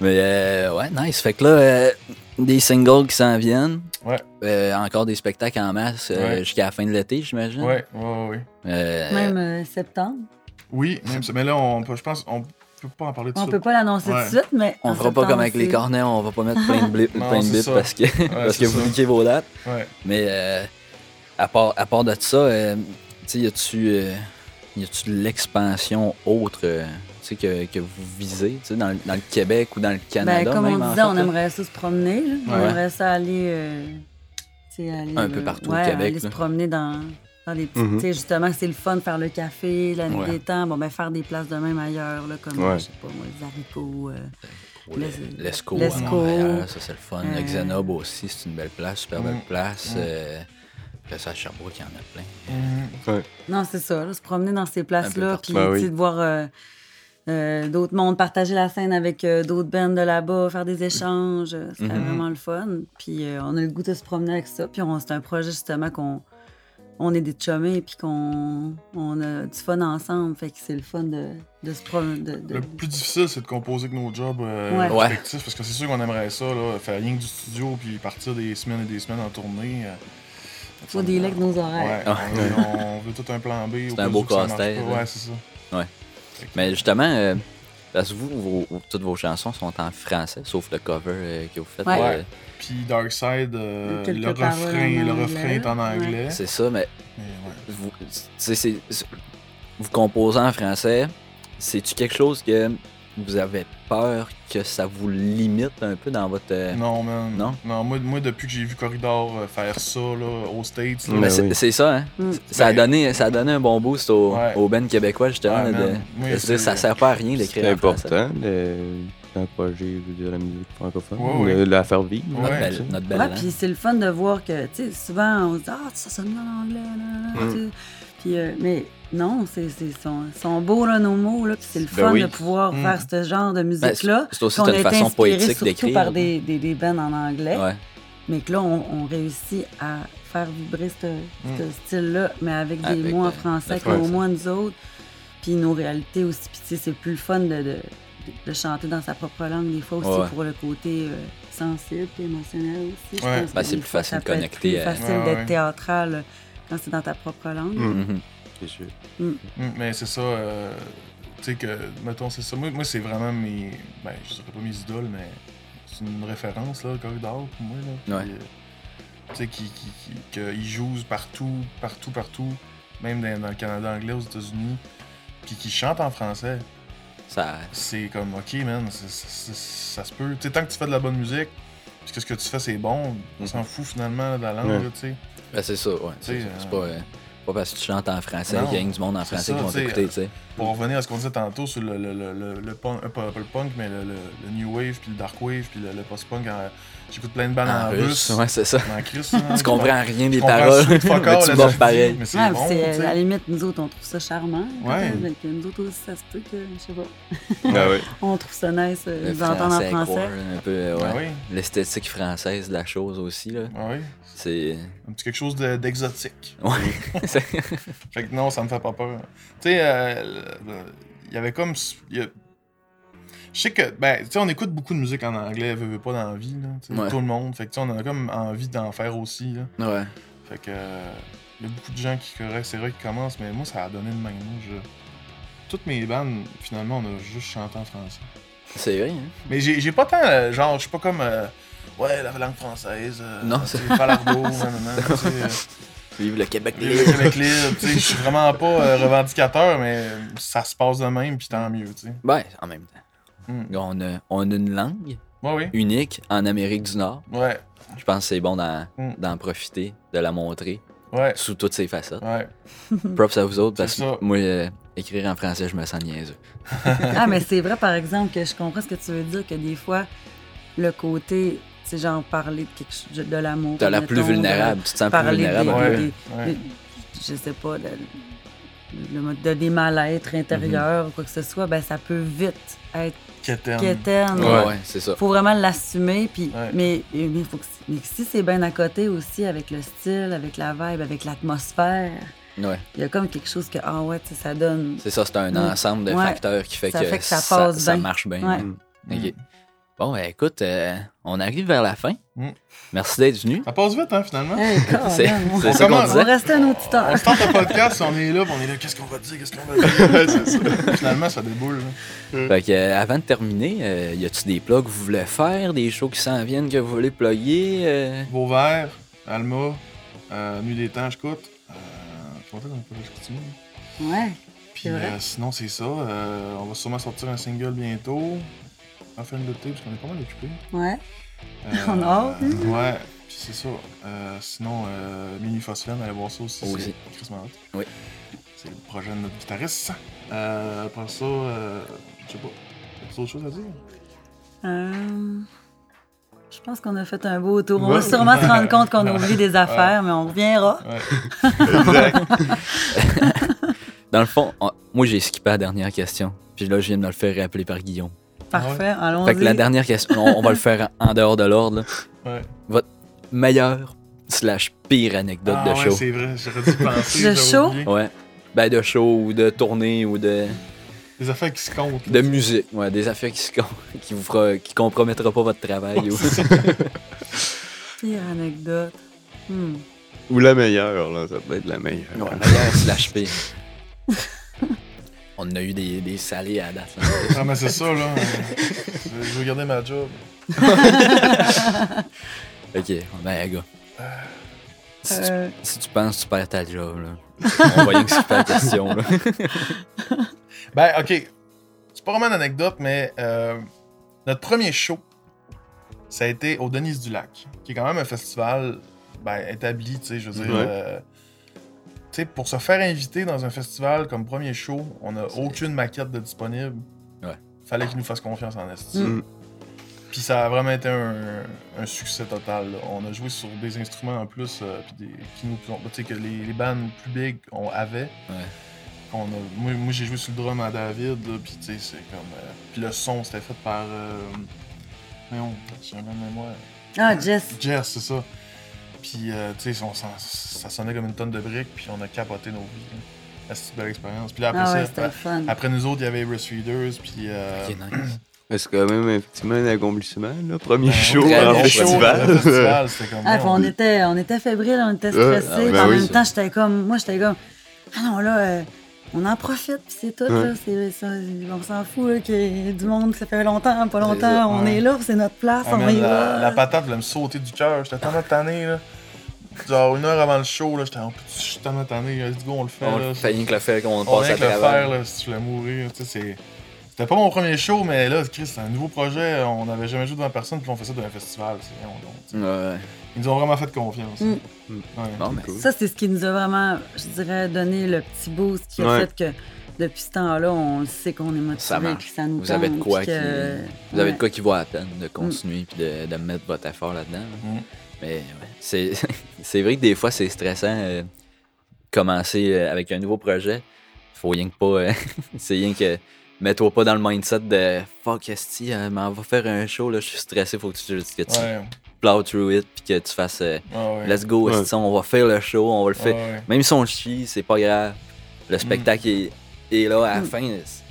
[SPEAKER 4] Mais euh, ouais, nice. Fait que là, euh, des singles qui s'en viennent.
[SPEAKER 2] Ouais.
[SPEAKER 4] Euh, encore des spectacles en masse euh,
[SPEAKER 2] Ouais.
[SPEAKER 4] jusqu'à la fin de l'été, j'imagine.
[SPEAKER 2] Ouais, ouais, ouais.
[SPEAKER 4] Euh,
[SPEAKER 3] Même euh, septembre.
[SPEAKER 2] Oui, même ça. Mais là, on peut, je pense on peut pas en parler tout
[SPEAKER 3] On
[SPEAKER 2] de
[SPEAKER 3] peut
[SPEAKER 2] suite.
[SPEAKER 3] pas l'annoncer
[SPEAKER 2] Ouais.
[SPEAKER 3] tout de suite, mais.
[SPEAKER 4] On
[SPEAKER 3] en
[SPEAKER 4] fera pas
[SPEAKER 3] septembre,
[SPEAKER 4] comme avec les
[SPEAKER 3] c'est-
[SPEAKER 4] cornets, on va pas mettre plein de
[SPEAKER 3] *laughs*
[SPEAKER 4] blips,
[SPEAKER 2] Non,
[SPEAKER 4] plein de
[SPEAKER 2] c'est
[SPEAKER 4] blips
[SPEAKER 2] ça.
[SPEAKER 4] parce que, *laughs* parce
[SPEAKER 2] c'est
[SPEAKER 4] que vous
[SPEAKER 2] ça.
[SPEAKER 4] niquez vos dates.
[SPEAKER 2] Ouais.
[SPEAKER 4] Mais euh, à, part, à part de ça, euh, tu sais, y a-tu euh, y a-tu de l'expansion autre euh, tu sais, que, que vous visez tu sais, dans, le- dans le Québec ou dans le Canada?
[SPEAKER 3] Ben, comme
[SPEAKER 4] même,
[SPEAKER 3] on
[SPEAKER 4] en
[SPEAKER 3] disait,
[SPEAKER 4] fait,
[SPEAKER 3] on
[SPEAKER 4] là?
[SPEAKER 3] aimerait ça se promener. là. On
[SPEAKER 4] Ouais.
[SPEAKER 3] aimerait ça aller, euh, tu sais, aller,
[SPEAKER 4] Un peu
[SPEAKER 3] euh,
[SPEAKER 4] partout au
[SPEAKER 3] ouais,
[SPEAKER 4] Québec,
[SPEAKER 3] Aller se
[SPEAKER 4] là.
[SPEAKER 3] promener dans, dans des
[SPEAKER 2] Mm-hmm.
[SPEAKER 3] petites.
[SPEAKER 1] Mhm.
[SPEAKER 3] tu sais, Justement, c'est le fun de faire le café, la nuit
[SPEAKER 4] Ouais.
[SPEAKER 3] des temps. Bon, ben, faire des places de même ailleurs, là, comme,
[SPEAKER 1] Ouais.
[SPEAKER 3] je sais pas, moi, les haricots. euh,
[SPEAKER 4] Ou le-
[SPEAKER 3] Les-
[SPEAKER 4] L'ESCO à
[SPEAKER 3] l'Esco.
[SPEAKER 4] Montréal, ça c'est le fun.
[SPEAKER 3] Euh,
[SPEAKER 4] Le Xenob aussi, c'est une belle place, super belle
[SPEAKER 2] Mm.
[SPEAKER 4] place.
[SPEAKER 2] Mm.
[SPEAKER 4] euh, après ça, à Sherbrooke, il y en a plein.
[SPEAKER 2] Mhm.
[SPEAKER 3] Non, c'est ça, là, se promener dans ces
[SPEAKER 4] Un peu
[SPEAKER 3] places-là,
[SPEAKER 4] partout.
[SPEAKER 3] puis
[SPEAKER 1] Ben
[SPEAKER 3] tu sais,
[SPEAKER 1] oui.
[SPEAKER 3] de voir euh, euh, d'autres mondes, partager la scène avec euh, d'autres bands de là-bas, faire des échanges, euh, c'était
[SPEAKER 2] Mhm.
[SPEAKER 3] vraiment le fun. Puis euh, on a le goût de se promener avec ça, puis on- c'est un projet justement qu'on on est des chummés, puis qu'on on a du fun ensemble, fait que c'est le fun de, de se promener. De, de-
[SPEAKER 2] Le plus difficile, c'est de composer avec nos jobs euh,
[SPEAKER 3] Ouais.
[SPEAKER 4] Ouais.
[SPEAKER 2] respectifs, parce que c'est sûr qu'on aimerait ça, là, faire rien que du studio, puis partir des semaines et des semaines en tournée. euh,
[SPEAKER 3] Faut des legs nos
[SPEAKER 2] Ouais,
[SPEAKER 3] horaires.
[SPEAKER 4] Ouais.
[SPEAKER 2] on, on veut tout un plan B. au
[SPEAKER 4] C'est
[SPEAKER 2] cas
[SPEAKER 4] un
[SPEAKER 2] où
[SPEAKER 4] beau
[SPEAKER 2] que ça marche
[SPEAKER 4] casse-tête,
[SPEAKER 2] pas.
[SPEAKER 4] là.
[SPEAKER 2] Ouais, c'est ça.
[SPEAKER 4] Mais justement, euh, parce que vous, vos- toutes vos chansons sont en français, sauf le cover euh, que vous faites.
[SPEAKER 3] Ouais.
[SPEAKER 4] euh,
[SPEAKER 2] Puis Dark Side, euh,
[SPEAKER 3] Quelques
[SPEAKER 2] le
[SPEAKER 3] paroles
[SPEAKER 2] refrain,
[SPEAKER 3] en
[SPEAKER 2] le
[SPEAKER 3] anglais.
[SPEAKER 2] refrain est en
[SPEAKER 3] Ouais.
[SPEAKER 2] anglais.
[SPEAKER 4] c'est ça, mais
[SPEAKER 2] Mais ouais.
[SPEAKER 4] vous, c'est- c'est- c'est- vous composez en français, c'est-tu quelque chose que vous avez peur que ça vous limite un peu dans votre. euh,
[SPEAKER 2] Non, man.
[SPEAKER 4] Non?
[SPEAKER 2] moi, moi, depuis que j'ai vu Corridor euh, faire ça là, aux States, là,
[SPEAKER 1] Ben
[SPEAKER 4] Mais c'est
[SPEAKER 1] oui.
[SPEAKER 4] c'est ça, hein?
[SPEAKER 3] Mm.
[SPEAKER 4] Ça a,
[SPEAKER 2] Ben-
[SPEAKER 4] donné, ça a donné un bon boost au,
[SPEAKER 2] Ouais.
[SPEAKER 4] au band québécois, justement.
[SPEAKER 2] Ouais,
[SPEAKER 4] là, de,
[SPEAKER 2] man. Oui,
[SPEAKER 4] de se dire,
[SPEAKER 2] c'est-
[SPEAKER 4] ça sert pas à rien d'écrire
[SPEAKER 1] C'est
[SPEAKER 4] en français.
[SPEAKER 1] important de- d'encourager je veux dire, la musique francophone,
[SPEAKER 2] Ouais, ouais.
[SPEAKER 1] de la faire vivre. hein,
[SPEAKER 4] Notre
[SPEAKER 2] Ouais,
[SPEAKER 4] belle,
[SPEAKER 1] ça.
[SPEAKER 4] notre hein. belle
[SPEAKER 3] Ouais,
[SPEAKER 4] langue.
[SPEAKER 3] puis c'est le fun de voir que, tu sais, souvent on se dit, ah, ça sonne bien en anglais, là, là,
[SPEAKER 1] Mm.
[SPEAKER 3] tu sais. Puis, euh, mais non, c'est, c'est, sont, sont beaux, là, nos mots, là, puis c'est le
[SPEAKER 1] Ben
[SPEAKER 3] fun
[SPEAKER 1] oui.
[SPEAKER 3] de pouvoir
[SPEAKER 2] Mm.
[SPEAKER 3] faire ce genre de
[SPEAKER 4] Ben,
[SPEAKER 3] musique-là.
[SPEAKER 4] c'est c'est aussi
[SPEAKER 3] qu'on a
[SPEAKER 4] une
[SPEAKER 3] été
[SPEAKER 4] façon
[SPEAKER 3] inspiré
[SPEAKER 4] poétique
[SPEAKER 3] surtout
[SPEAKER 4] d'écrire.
[SPEAKER 3] par des, des, des bands en anglais,
[SPEAKER 4] Ouais.
[SPEAKER 3] mais que là, on, on réussit à faire vibrer ce, ce
[SPEAKER 2] Hmm.
[SPEAKER 3] style-là, mais avec des
[SPEAKER 4] Avec euh,
[SPEAKER 3] mots en
[SPEAKER 4] le- le
[SPEAKER 3] français,
[SPEAKER 4] français.
[SPEAKER 3] comme au moins nous autres, puis nos réalités aussi. Puis, tu sais, c'est plus le fun de, de, de chanter dans sa propre langue, des fois aussi,
[SPEAKER 4] Ouais.
[SPEAKER 3] pour le côté euh, sensible et émotionnel aussi.
[SPEAKER 2] Ouais.
[SPEAKER 3] Je pense
[SPEAKER 4] Ben,
[SPEAKER 3] que
[SPEAKER 4] c'est
[SPEAKER 3] des
[SPEAKER 4] plus
[SPEAKER 3] fois,
[SPEAKER 4] facile
[SPEAKER 3] ça
[SPEAKER 4] de
[SPEAKER 3] peut être
[SPEAKER 4] connecter
[SPEAKER 3] plus
[SPEAKER 4] à-
[SPEAKER 3] facile
[SPEAKER 2] Ouais,
[SPEAKER 3] d'être
[SPEAKER 2] ouais. Hmm,
[SPEAKER 3] théâtral euh, quand c'est dans ta propre langue.
[SPEAKER 1] Mm.
[SPEAKER 4] Mhm.
[SPEAKER 1] C'est sûr.
[SPEAKER 2] Mm, mais c'est ça, euh, tu sais que, mettons, c'est ça. Moi, moi, c'est vraiment mes. Ben, je dirais pas mes idoles, mais c'est une référence, là, le Corridor, pour moi. Là, Puis,
[SPEAKER 4] Ouais.
[SPEAKER 2] euh, tu sais, qui, qui, qui- qu'ils jouent partout, partout, partout, même dans, dans le Canada anglais, aux États-Unis, puis qui chantent en français.
[SPEAKER 4] Ça,
[SPEAKER 2] C'est comme, ok, man, c'est- c'est- c'est- ça se peut. Tu sais, tant que tu fais de la bonne musique, puis que ce que tu fais, c'est bon, on
[SPEAKER 1] Mhm.
[SPEAKER 2] s'en fout finalement de la langue,
[SPEAKER 1] Ouais.
[SPEAKER 2] là, tu sais.
[SPEAKER 4] ben, c'est ça, ouais. C'est
[SPEAKER 2] T'sais,
[SPEAKER 4] ça. C'est
[SPEAKER 2] euh,
[SPEAKER 4] pas, euh, pas parce que tu chantes en français
[SPEAKER 2] Non,
[SPEAKER 4] qu'il y a du monde en
[SPEAKER 2] c'est
[SPEAKER 4] français
[SPEAKER 2] ça,
[SPEAKER 4] qui vont
[SPEAKER 2] t'sais,
[SPEAKER 4] t'écouter, tu sais.
[SPEAKER 1] Mhm.
[SPEAKER 2] Pour revenir à ce qu'on disait tantôt sur le, le, le, le, le punk, euh, pas, pas le punk, mais le, le, le new wave, puis le dark wave, puis le, le post-punk, en- j'écoute plein de bandes en,
[SPEAKER 4] En
[SPEAKER 2] russe.
[SPEAKER 4] russe, ouais, c'est ça.
[SPEAKER 2] en Christ, hein,
[SPEAKER 4] Tu comprends rien des
[SPEAKER 2] je comprends
[SPEAKER 4] paroles, *laughs* mais
[SPEAKER 2] straight *laughs* fuck all,
[SPEAKER 4] tu
[SPEAKER 2] là,
[SPEAKER 4] mords
[SPEAKER 2] ça-
[SPEAKER 4] pareil.
[SPEAKER 2] Mais c'est
[SPEAKER 3] Ouais,
[SPEAKER 2] bon,
[SPEAKER 3] Ah, c'est- euh,
[SPEAKER 2] tu
[SPEAKER 3] à la
[SPEAKER 2] sais.
[SPEAKER 3] limite, nous autres, on trouve ça charmant.
[SPEAKER 2] Ouais.
[SPEAKER 3] Mais que nous autres aussi, ça se peut que, je sais pas,
[SPEAKER 1] Ah ouais.
[SPEAKER 3] on trouve ça nice euh, de
[SPEAKER 4] Le
[SPEAKER 3] les entendre en
[SPEAKER 4] français,
[SPEAKER 3] français.
[SPEAKER 4] quoi, un peu, euh,
[SPEAKER 2] Ah
[SPEAKER 4] ouais.
[SPEAKER 2] oui,
[SPEAKER 4] L'esthétique française de la chose aussi, là.
[SPEAKER 2] ah oui.
[SPEAKER 4] C'est.
[SPEAKER 2] Un petit quelque chose de- d'exotique.
[SPEAKER 4] Ouais. C'est-
[SPEAKER 2] Fait que non, ça me fait pas peur. Tu sais, euh, le- le- il y avait comme. il y a- Je sais que, ben, tu sais, on écoute beaucoup de musique en anglais, veut, veut pas dans la vie, là. tu sais,
[SPEAKER 4] Ouais.
[SPEAKER 2] Tout le monde. Fait que, tu sais, on en a comme envie d'en faire aussi, là.
[SPEAKER 4] ouais.
[SPEAKER 2] Fait que. euh, Il y a beaucoup de gens qui correct, c'est vrai, qui commencent, mais moi, ça a donné de même. moi, je- Toutes mes bandes, finalement, on a juste chanté en français.
[SPEAKER 4] C'est vrai, hein.
[SPEAKER 2] Mais j'ai j'ai pas tant. euh, genre, je suis pas comme. euh, ouais, la langue française. euh,
[SPEAKER 4] Non,
[SPEAKER 2] tu sais,
[SPEAKER 4] c'est- *laughs*
[SPEAKER 2] Falardeau, nanana, tu sais. euh,
[SPEAKER 4] Vive le Québec
[SPEAKER 2] le Québec libre, tu sais, je suis vraiment pas euh, revendicateur, mais ça se passe de même, puis tant mieux, tu sais.
[SPEAKER 4] Ben, en même temps.
[SPEAKER 2] Mm.
[SPEAKER 4] On a, on a une langue
[SPEAKER 2] Ouais, oui.
[SPEAKER 4] unique en Amérique du Nord.
[SPEAKER 2] Ouais,
[SPEAKER 4] Je pense que c'est bon d'en
[SPEAKER 2] Mm.
[SPEAKER 4] d'en profiter, de la montrer
[SPEAKER 2] ouais,
[SPEAKER 4] sous toutes ses facettes.
[SPEAKER 2] ouais.
[SPEAKER 3] Hmm.
[SPEAKER 4] Props à vous autres, parce
[SPEAKER 2] C'est ça.
[SPEAKER 4] que moi, euh, écrire en français, je me sens niaiseux.
[SPEAKER 3] Ah, mais c'est vrai, par exemple, que je comprends ce que tu veux dire, que des fois, le côté, c'est genre parler de, quelque chose, de l'amour.
[SPEAKER 4] T'as l'air plus
[SPEAKER 3] mettons, de-
[SPEAKER 4] vulnérable, tu te sens plus
[SPEAKER 3] parler
[SPEAKER 4] vulnérable.
[SPEAKER 3] des-
[SPEAKER 4] un
[SPEAKER 2] Ouais,
[SPEAKER 4] peu.
[SPEAKER 3] de-
[SPEAKER 2] ouais.
[SPEAKER 3] je sais pas, de, le mode de des mal-être intérieurs
[SPEAKER 4] Mhm.
[SPEAKER 3] ou quoi que ce soit, ben ça peut vite être
[SPEAKER 2] Quétaine.
[SPEAKER 3] quétaine.
[SPEAKER 4] Ouais, ouais, c'est ça.
[SPEAKER 3] Faut vraiment l'assumer, puis
[SPEAKER 2] Ouais.
[SPEAKER 3] mais, mais faut que- mais si c'est bien à côté aussi avec le style, avec la vibe, avec l'atmosphère,
[SPEAKER 4] Ouais,
[SPEAKER 3] il y a comme quelque chose que ah ouais, tu sais, ça donne.
[SPEAKER 4] c'est ça, c'est un
[SPEAKER 3] Mm.
[SPEAKER 4] ensemble de
[SPEAKER 3] Ouais.
[SPEAKER 4] facteurs qui fait
[SPEAKER 3] Ça
[SPEAKER 4] que,
[SPEAKER 3] fait que ça passe bien.
[SPEAKER 4] marche bien.
[SPEAKER 3] Ouais.
[SPEAKER 4] Ok. Bon, ben, écoute, euh, on arrive vers la fin.
[SPEAKER 2] Mm.
[SPEAKER 4] Merci d'être venu.
[SPEAKER 2] Ça passe vite, hein, finalement.
[SPEAKER 4] *laughs*
[SPEAKER 3] Hey, God,
[SPEAKER 4] C'est-
[SPEAKER 3] Oh, man, on-
[SPEAKER 4] c'est
[SPEAKER 2] ça qu'on
[SPEAKER 3] Eh, on
[SPEAKER 4] disait.
[SPEAKER 3] restait un auditeur.
[SPEAKER 2] On se tente un podcast, on est là, puis on est là, qu'est-ce qu'on va dire, qu'est-ce qu'on va
[SPEAKER 3] *laughs*
[SPEAKER 2] dire. Finalement, ça déboule. là.
[SPEAKER 4] Fait que, euh, avant de terminer, euh, y a-tu des plugs que vous voulez faire, des shows qui s'en viennent que vous voulez plugger? euh?
[SPEAKER 2] Vauvert, Alma, euh, Nuit des temps, j'écoute. Euh, je suis content qu'on peut continuer.
[SPEAKER 3] Ouais.
[SPEAKER 2] Puis
[SPEAKER 3] C'est vrai.
[SPEAKER 2] euh, sinon, c'est ça. euh, on va sûrement sortir un single bientôt. En fin de l'été, parce qu'on est pas mal occupé.
[SPEAKER 3] Ouais.
[SPEAKER 2] Euh,
[SPEAKER 3] On a hâte,
[SPEAKER 2] euh, Ouais, puis c'est ça. Euh, sinon, euh, Mini Phosphène, allez voir ça aussi.
[SPEAKER 4] Aussi.
[SPEAKER 2] C'est Chris Marotte.
[SPEAKER 4] Oui.
[SPEAKER 2] C'est le projet de notre guitariste. Euh, après ça, euh, je sais pas. As-tu autre chose à dire?
[SPEAKER 3] Euh, je pense qu'on a fait un beau tour. On va
[SPEAKER 2] Ouais.
[SPEAKER 3] sûrement se rendre compte qu'on a oublié des affaires, mais on reviendra.
[SPEAKER 2] Ouais.
[SPEAKER 4] Dans le fond, on- moi, j'ai skippé la dernière question. Puis là, je viens de me le faire rappeler par Guillaume.
[SPEAKER 3] Parfait, allons-y.
[SPEAKER 4] Fait que la dernière question, on,
[SPEAKER 3] *laughs*
[SPEAKER 4] on va le faire en en dehors de l'ordre. là.
[SPEAKER 2] ouais.
[SPEAKER 4] Meilleure slash pire anecdote
[SPEAKER 2] Ah,
[SPEAKER 4] de
[SPEAKER 2] ouais,
[SPEAKER 4] show.
[SPEAKER 2] c'est vrai, j'aurais dû penser.
[SPEAKER 3] De
[SPEAKER 2] j'avais
[SPEAKER 3] show?
[SPEAKER 2] oublié.
[SPEAKER 4] Ouais. Ben, de show ou de tournée ou de,
[SPEAKER 2] Des affaires qui se comptent.
[SPEAKER 4] de musique. Ouais, des affaires qui, se com- *laughs* qui vous fera, qui compromettra pas votre travail. ou...
[SPEAKER 3] Pire anecdote. Hmm.
[SPEAKER 1] Ou la meilleure, là, ça peut être la meilleure.
[SPEAKER 4] *laughs*
[SPEAKER 1] hein.
[SPEAKER 4] Ouais, meilleure slash pire. *laughs* On a eu des, des salés à date. là.
[SPEAKER 2] Ah, mais c'est ça, là. je je vais garder ma job.
[SPEAKER 4] Ok, ben, gars.
[SPEAKER 2] Euh.
[SPEAKER 4] Si tu,
[SPEAKER 3] Euh,
[SPEAKER 4] si tu penses, tu perds ta job. *laughs* Là. On va rien que skipper la question. Là.
[SPEAKER 2] Ben, ok. C'est pas vraiment une anecdote, mais euh, notre premier show, ça a été au Denise du Lac, qui est quand même un festival ben, établi, tu sais, je veux dire.
[SPEAKER 1] Ouais.
[SPEAKER 2] euh, tu sais, pour se faire inviter dans un festival comme premier show, on n'a
[SPEAKER 4] C'est-
[SPEAKER 2] aucune maquette de disponible.
[SPEAKER 4] Ouais.
[SPEAKER 2] Fallait qu'ils nous fassent confiance en esti.
[SPEAKER 1] Mm.
[SPEAKER 2] Puis ça a vraiment été un, un succès total. là. On a joué sur des instruments en plus euh, puis des, qui nous ont- tu sais, que les, les bandes plus big on avait.
[SPEAKER 4] Ouais.
[SPEAKER 2] Qu'on a- moi, moi, j'ai joué sur le drum à David là, puis tu sais c'est comme euh, puis le son c'était fait par euh, voyons, j'ai un blanc de mémoire.
[SPEAKER 3] Ah, Jess.
[SPEAKER 2] Jess, c'est ça. Puis euh, tu sais on s'en- ça sonnait comme une tonne de briques puis on a capoté nos vies. hein. Ah, C'est une belle expérience. Puis là après
[SPEAKER 3] Ah ouais,
[SPEAKER 2] ça,
[SPEAKER 3] c'était le fun.
[SPEAKER 2] après nous autres il y avait Race Readers puis euh,
[SPEAKER 4] Ok, nice.
[SPEAKER 1] Mais C'est quand même effectivement un accomplissement, là.
[SPEAKER 2] ben,
[SPEAKER 4] Ben,
[SPEAKER 1] Premier show
[SPEAKER 4] premier
[SPEAKER 1] en
[SPEAKER 2] Premier show,
[SPEAKER 1] festival.
[SPEAKER 2] le festival, c'était comme
[SPEAKER 3] Ah,
[SPEAKER 2] bon,
[SPEAKER 3] puis on était, on était fébrile, on était stressés.
[SPEAKER 4] Ah ouais,
[SPEAKER 3] puis
[SPEAKER 1] ben
[SPEAKER 3] en
[SPEAKER 1] oui,
[SPEAKER 3] même
[SPEAKER 4] ça.
[SPEAKER 3] temps, j'étais comme, moi, j'étais comme, ah non, là, euh, on en profite, puis c'est tout.
[SPEAKER 1] Ouais.
[SPEAKER 3] Là, c'est, ça, on s'en fout là, qu'il y ait du monde, que ça fait longtemps, pas
[SPEAKER 4] C'est ça,
[SPEAKER 3] longtemps. On
[SPEAKER 2] ouais.
[SPEAKER 3] est là, c'est notre place,
[SPEAKER 2] Ah,
[SPEAKER 3] on
[SPEAKER 2] man,
[SPEAKER 3] y
[SPEAKER 2] la,
[SPEAKER 3] va.
[SPEAKER 2] la patate voulait me sauter du cœur. J'étais tellement tanné, là. genre une heure avant le show, là, j'étais en je suis tellement tanné, là, let's go, on le fait.
[SPEAKER 4] On
[SPEAKER 2] Ah, là,
[SPEAKER 4] le fait rien que le fait qu'on
[SPEAKER 2] on
[SPEAKER 4] passe
[SPEAKER 2] rien
[SPEAKER 4] à
[SPEAKER 2] que le faire,
[SPEAKER 4] travers.
[SPEAKER 2] là, si tu voulais mourir, tu sais, c'est. C'était pas mon premier show, mais là, Chris, c'est un nouveau projet, on n'avait jamais joué devant personne, puis on fait ça dans un festival, c'est vraiment long, tu sais.
[SPEAKER 4] Ouais.
[SPEAKER 2] Ils nous ont vraiment fait confiance.
[SPEAKER 3] Mm.
[SPEAKER 1] Mm.
[SPEAKER 2] Ouais.
[SPEAKER 4] Bon, ben, mais
[SPEAKER 1] cool.
[SPEAKER 3] Ça, c'est ce qui nous a vraiment, je dirais, donné le petit boost qui a
[SPEAKER 1] Ouais.
[SPEAKER 3] fait que depuis ce temps-là, on le sait qu'on est motivé.
[SPEAKER 4] Ça marche.
[SPEAKER 3] puis que ça nous
[SPEAKER 4] Vous avez de
[SPEAKER 3] tente,
[SPEAKER 4] quoi
[SPEAKER 3] puis que-
[SPEAKER 4] qui- Vous avez
[SPEAKER 3] Ouais.
[SPEAKER 4] de quoi qui va attendre de continuer puis de, de mettre votre effort là-dedans. là.
[SPEAKER 2] Mm.
[SPEAKER 4] Mais ouais, c'est *laughs* c'est vrai que des fois, c'est stressant euh, commencer euh, avec un nouveau projet. Faut rien que pas. euh, *laughs* c'est rien que. Mets-toi pas dans le mindset de fuck esti, euh, m'en va faire un show, là, je suis stressé, faut que tu, que tu
[SPEAKER 2] Ouais,
[SPEAKER 4] plow through it puis que tu fasses euh,
[SPEAKER 2] ouais, ouais.
[SPEAKER 4] let's go, esti, on va faire le show, on va le faire.
[SPEAKER 2] Ouais, ouais.
[SPEAKER 4] Même si on chie, c'est pas grave.
[SPEAKER 2] Mm.
[SPEAKER 4] Le spectacle est, est là à la
[SPEAKER 3] Mm.
[SPEAKER 4] fin. c'est-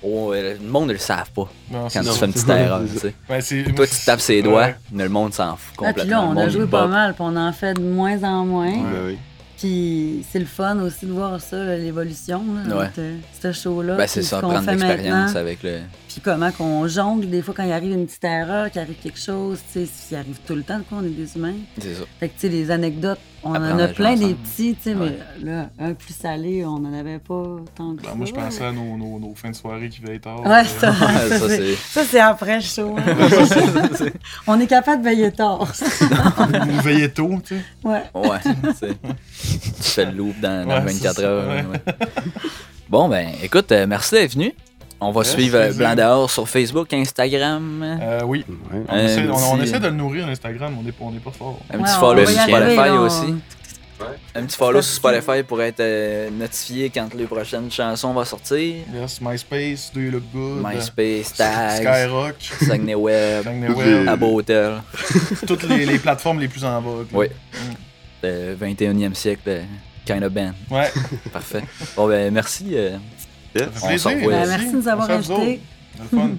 [SPEAKER 4] oh, euh, le monde ne le savent pas
[SPEAKER 2] Non, c'est
[SPEAKER 4] quand tu
[SPEAKER 1] Non.
[SPEAKER 2] ça.
[SPEAKER 4] fais une petite erreur.
[SPEAKER 1] C'est
[SPEAKER 4] tu sais.
[SPEAKER 2] Ben, c'est-
[SPEAKER 4] Toi, tu tapes ses doigts,
[SPEAKER 2] Ouais.
[SPEAKER 4] mais le monde s'en fout
[SPEAKER 3] Ah,
[SPEAKER 4] complètement.
[SPEAKER 3] puis là, on
[SPEAKER 4] Le
[SPEAKER 3] a
[SPEAKER 4] monde
[SPEAKER 3] joué
[SPEAKER 4] bop.
[SPEAKER 3] pas mal, puis on en fait de moins en moins.
[SPEAKER 2] Ouais.
[SPEAKER 1] *laughs* Ben oui.
[SPEAKER 3] Puis c'est le fun aussi de voir ça, là, l'évolution, là,
[SPEAKER 4] Ouais.
[SPEAKER 3] entre, euh, ce show-là.
[SPEAKER 4] Ben, c'est
[SPEAKER 3] puis
[SPEAKER 4] ça,
[SPEAKER 3] ce qu'on
[SPEAKER 4] prendre
[SPEAKER 3] fait
[SPEAKER 4] l'expérience
[SPEAKER 3] maintenant,
[SPEAKER 4] avec le.
[SPEAKER 3] Puis comment qu'on jongle, des fois, quand il arrive une petite erreur, qu'il arrive quelque chose, tu sais, s'il arrive tout le temps, quoi, on est des humains.
[SPEAKER 4] C'est ça.
[SPEAKER 3] Fait que, tu sais, les anecdotes, on en
[SPEAKER 4] Apprendre à
[SPEAKER 3] a
[SPEAKER 4] jouer
[SPEAKER 3] plein des
[SPEAKER 4] ensemble. Ah
[SPEAKER 3] petits, tu sais,
[SPEAKER 4] Ouais.
[SPEAKER 3] mais là, un plus salé, on n'en avait pas tant que
[SPEAKER 2] Ben,
[SPEAKER 3] ça.
[SPEAKER 2] moi, je pensais à nos, nos, nos fins de soirée qui veillaient tard. *laughs*
[SPEAKER 3] Ouais,
[SPEAKER 2] Euh,
[SPEAKER 3] ça.
[SPEAKER 4] Ouais, ça,
[SPEAKER 3] ça,
[SPEAKER 4] c'est-
[SPEAKER 3] c'est- ça, c'est après chaud. hein.
[SPEAKER 4] *laughs*
[SPEAKER 3] on est capable de veiller tard. *laughs*
[SPEAKER 2] Nous veillait tôt, tu sais.
[SPEAKER 3] ouais. *laughs*
[SPEAKER 4] Ouais, tu sais. Tu fais le loop dans, dans
[SPEAKER 2] Ouais,
[SPEAKER 4] 24
[SPEAKER 2] c'est ça,
[SPEAKER 4] heures.
[SPEAKER 2] ouais.
[SPEAKER 4] ouais. Bon, ben, écoute, euh, merci d'être venu. On va
[SPEAKER 2] Ouais,
[SPEAKER 4] suivre
[SPEAKER 2] c'est
[SPEAKER 4] euh,
[SPEAKER 2] plaisir.
[SPEAKER 4] Blanc dehors sur Facebook, Instagram.
[SPEAKER 2] Euh, oui.
[SPEAKER 1] Ouais.
[SPEAKER 2] On,
[SPEAKER 4] Euh,
[SPEAKER 2] essaie, on, on
[SPEAKER 4] petit-
[SPEAKER 2] essaie de le nourrir, Instagram, on n'est on est pas fort.
[SPEAKER 4] Un
[SPEAKER 3] Ouais,
[SPEAKER 4] petit
[SPEAKER 3] on
[SPEAKER 4] follow
[SPEAKER 1] va y
[SPEAKER 4] sur
[SPEAKER 1] arriver,
[SPEAKER 4] Spotify
[SPEAKER 3] là, on-
[SPEAKER 4] aussi. Un petit follow sur
[SPEAKER 3] Ça, c'est-
[SPEAKER 4] Spotify pour être euh, notifié quand les prochaines chansons vont sortir.
[SPEAKER 2] Yes, MySpace, Do You Look Good,
[SPEAKER 4] MySpace,
[SPEAKER 2] euh,
[SPEAKER 4] Tags,
[SPEAKER 2] Skyrock,
[SPEAKER 4] Saguenay Web,
[SPEAKER 2] Bang Web,
[SPEAKER 4] Abo Hotel.
[SPEAKER 2] toutes les, les plateformes les plus en vogue. là.
[SPEAKER 4] Oui. Le 21e siècle, euh, Kinda Band.
[SPEAKER 2] Ouais.
[SPEAKER 4] Parfait. Bon, ben, merci. euh,
[SPEAKER 1] Yeah.
[SPEAKER 2] Ça fait
[SPEAKER 4] On
[SPEAKER 2] plaisir,
[SPEAKER 4] s'en revoit.
[SPEAKER 3] Ben, merci de nous
[SPEAKER 2] On
[SPEAKER 3] avoir
[SPEAKER 2] s'en vous
[SPEAKER 3] invités.
[SPEAKER 2] autres. C'est le fun.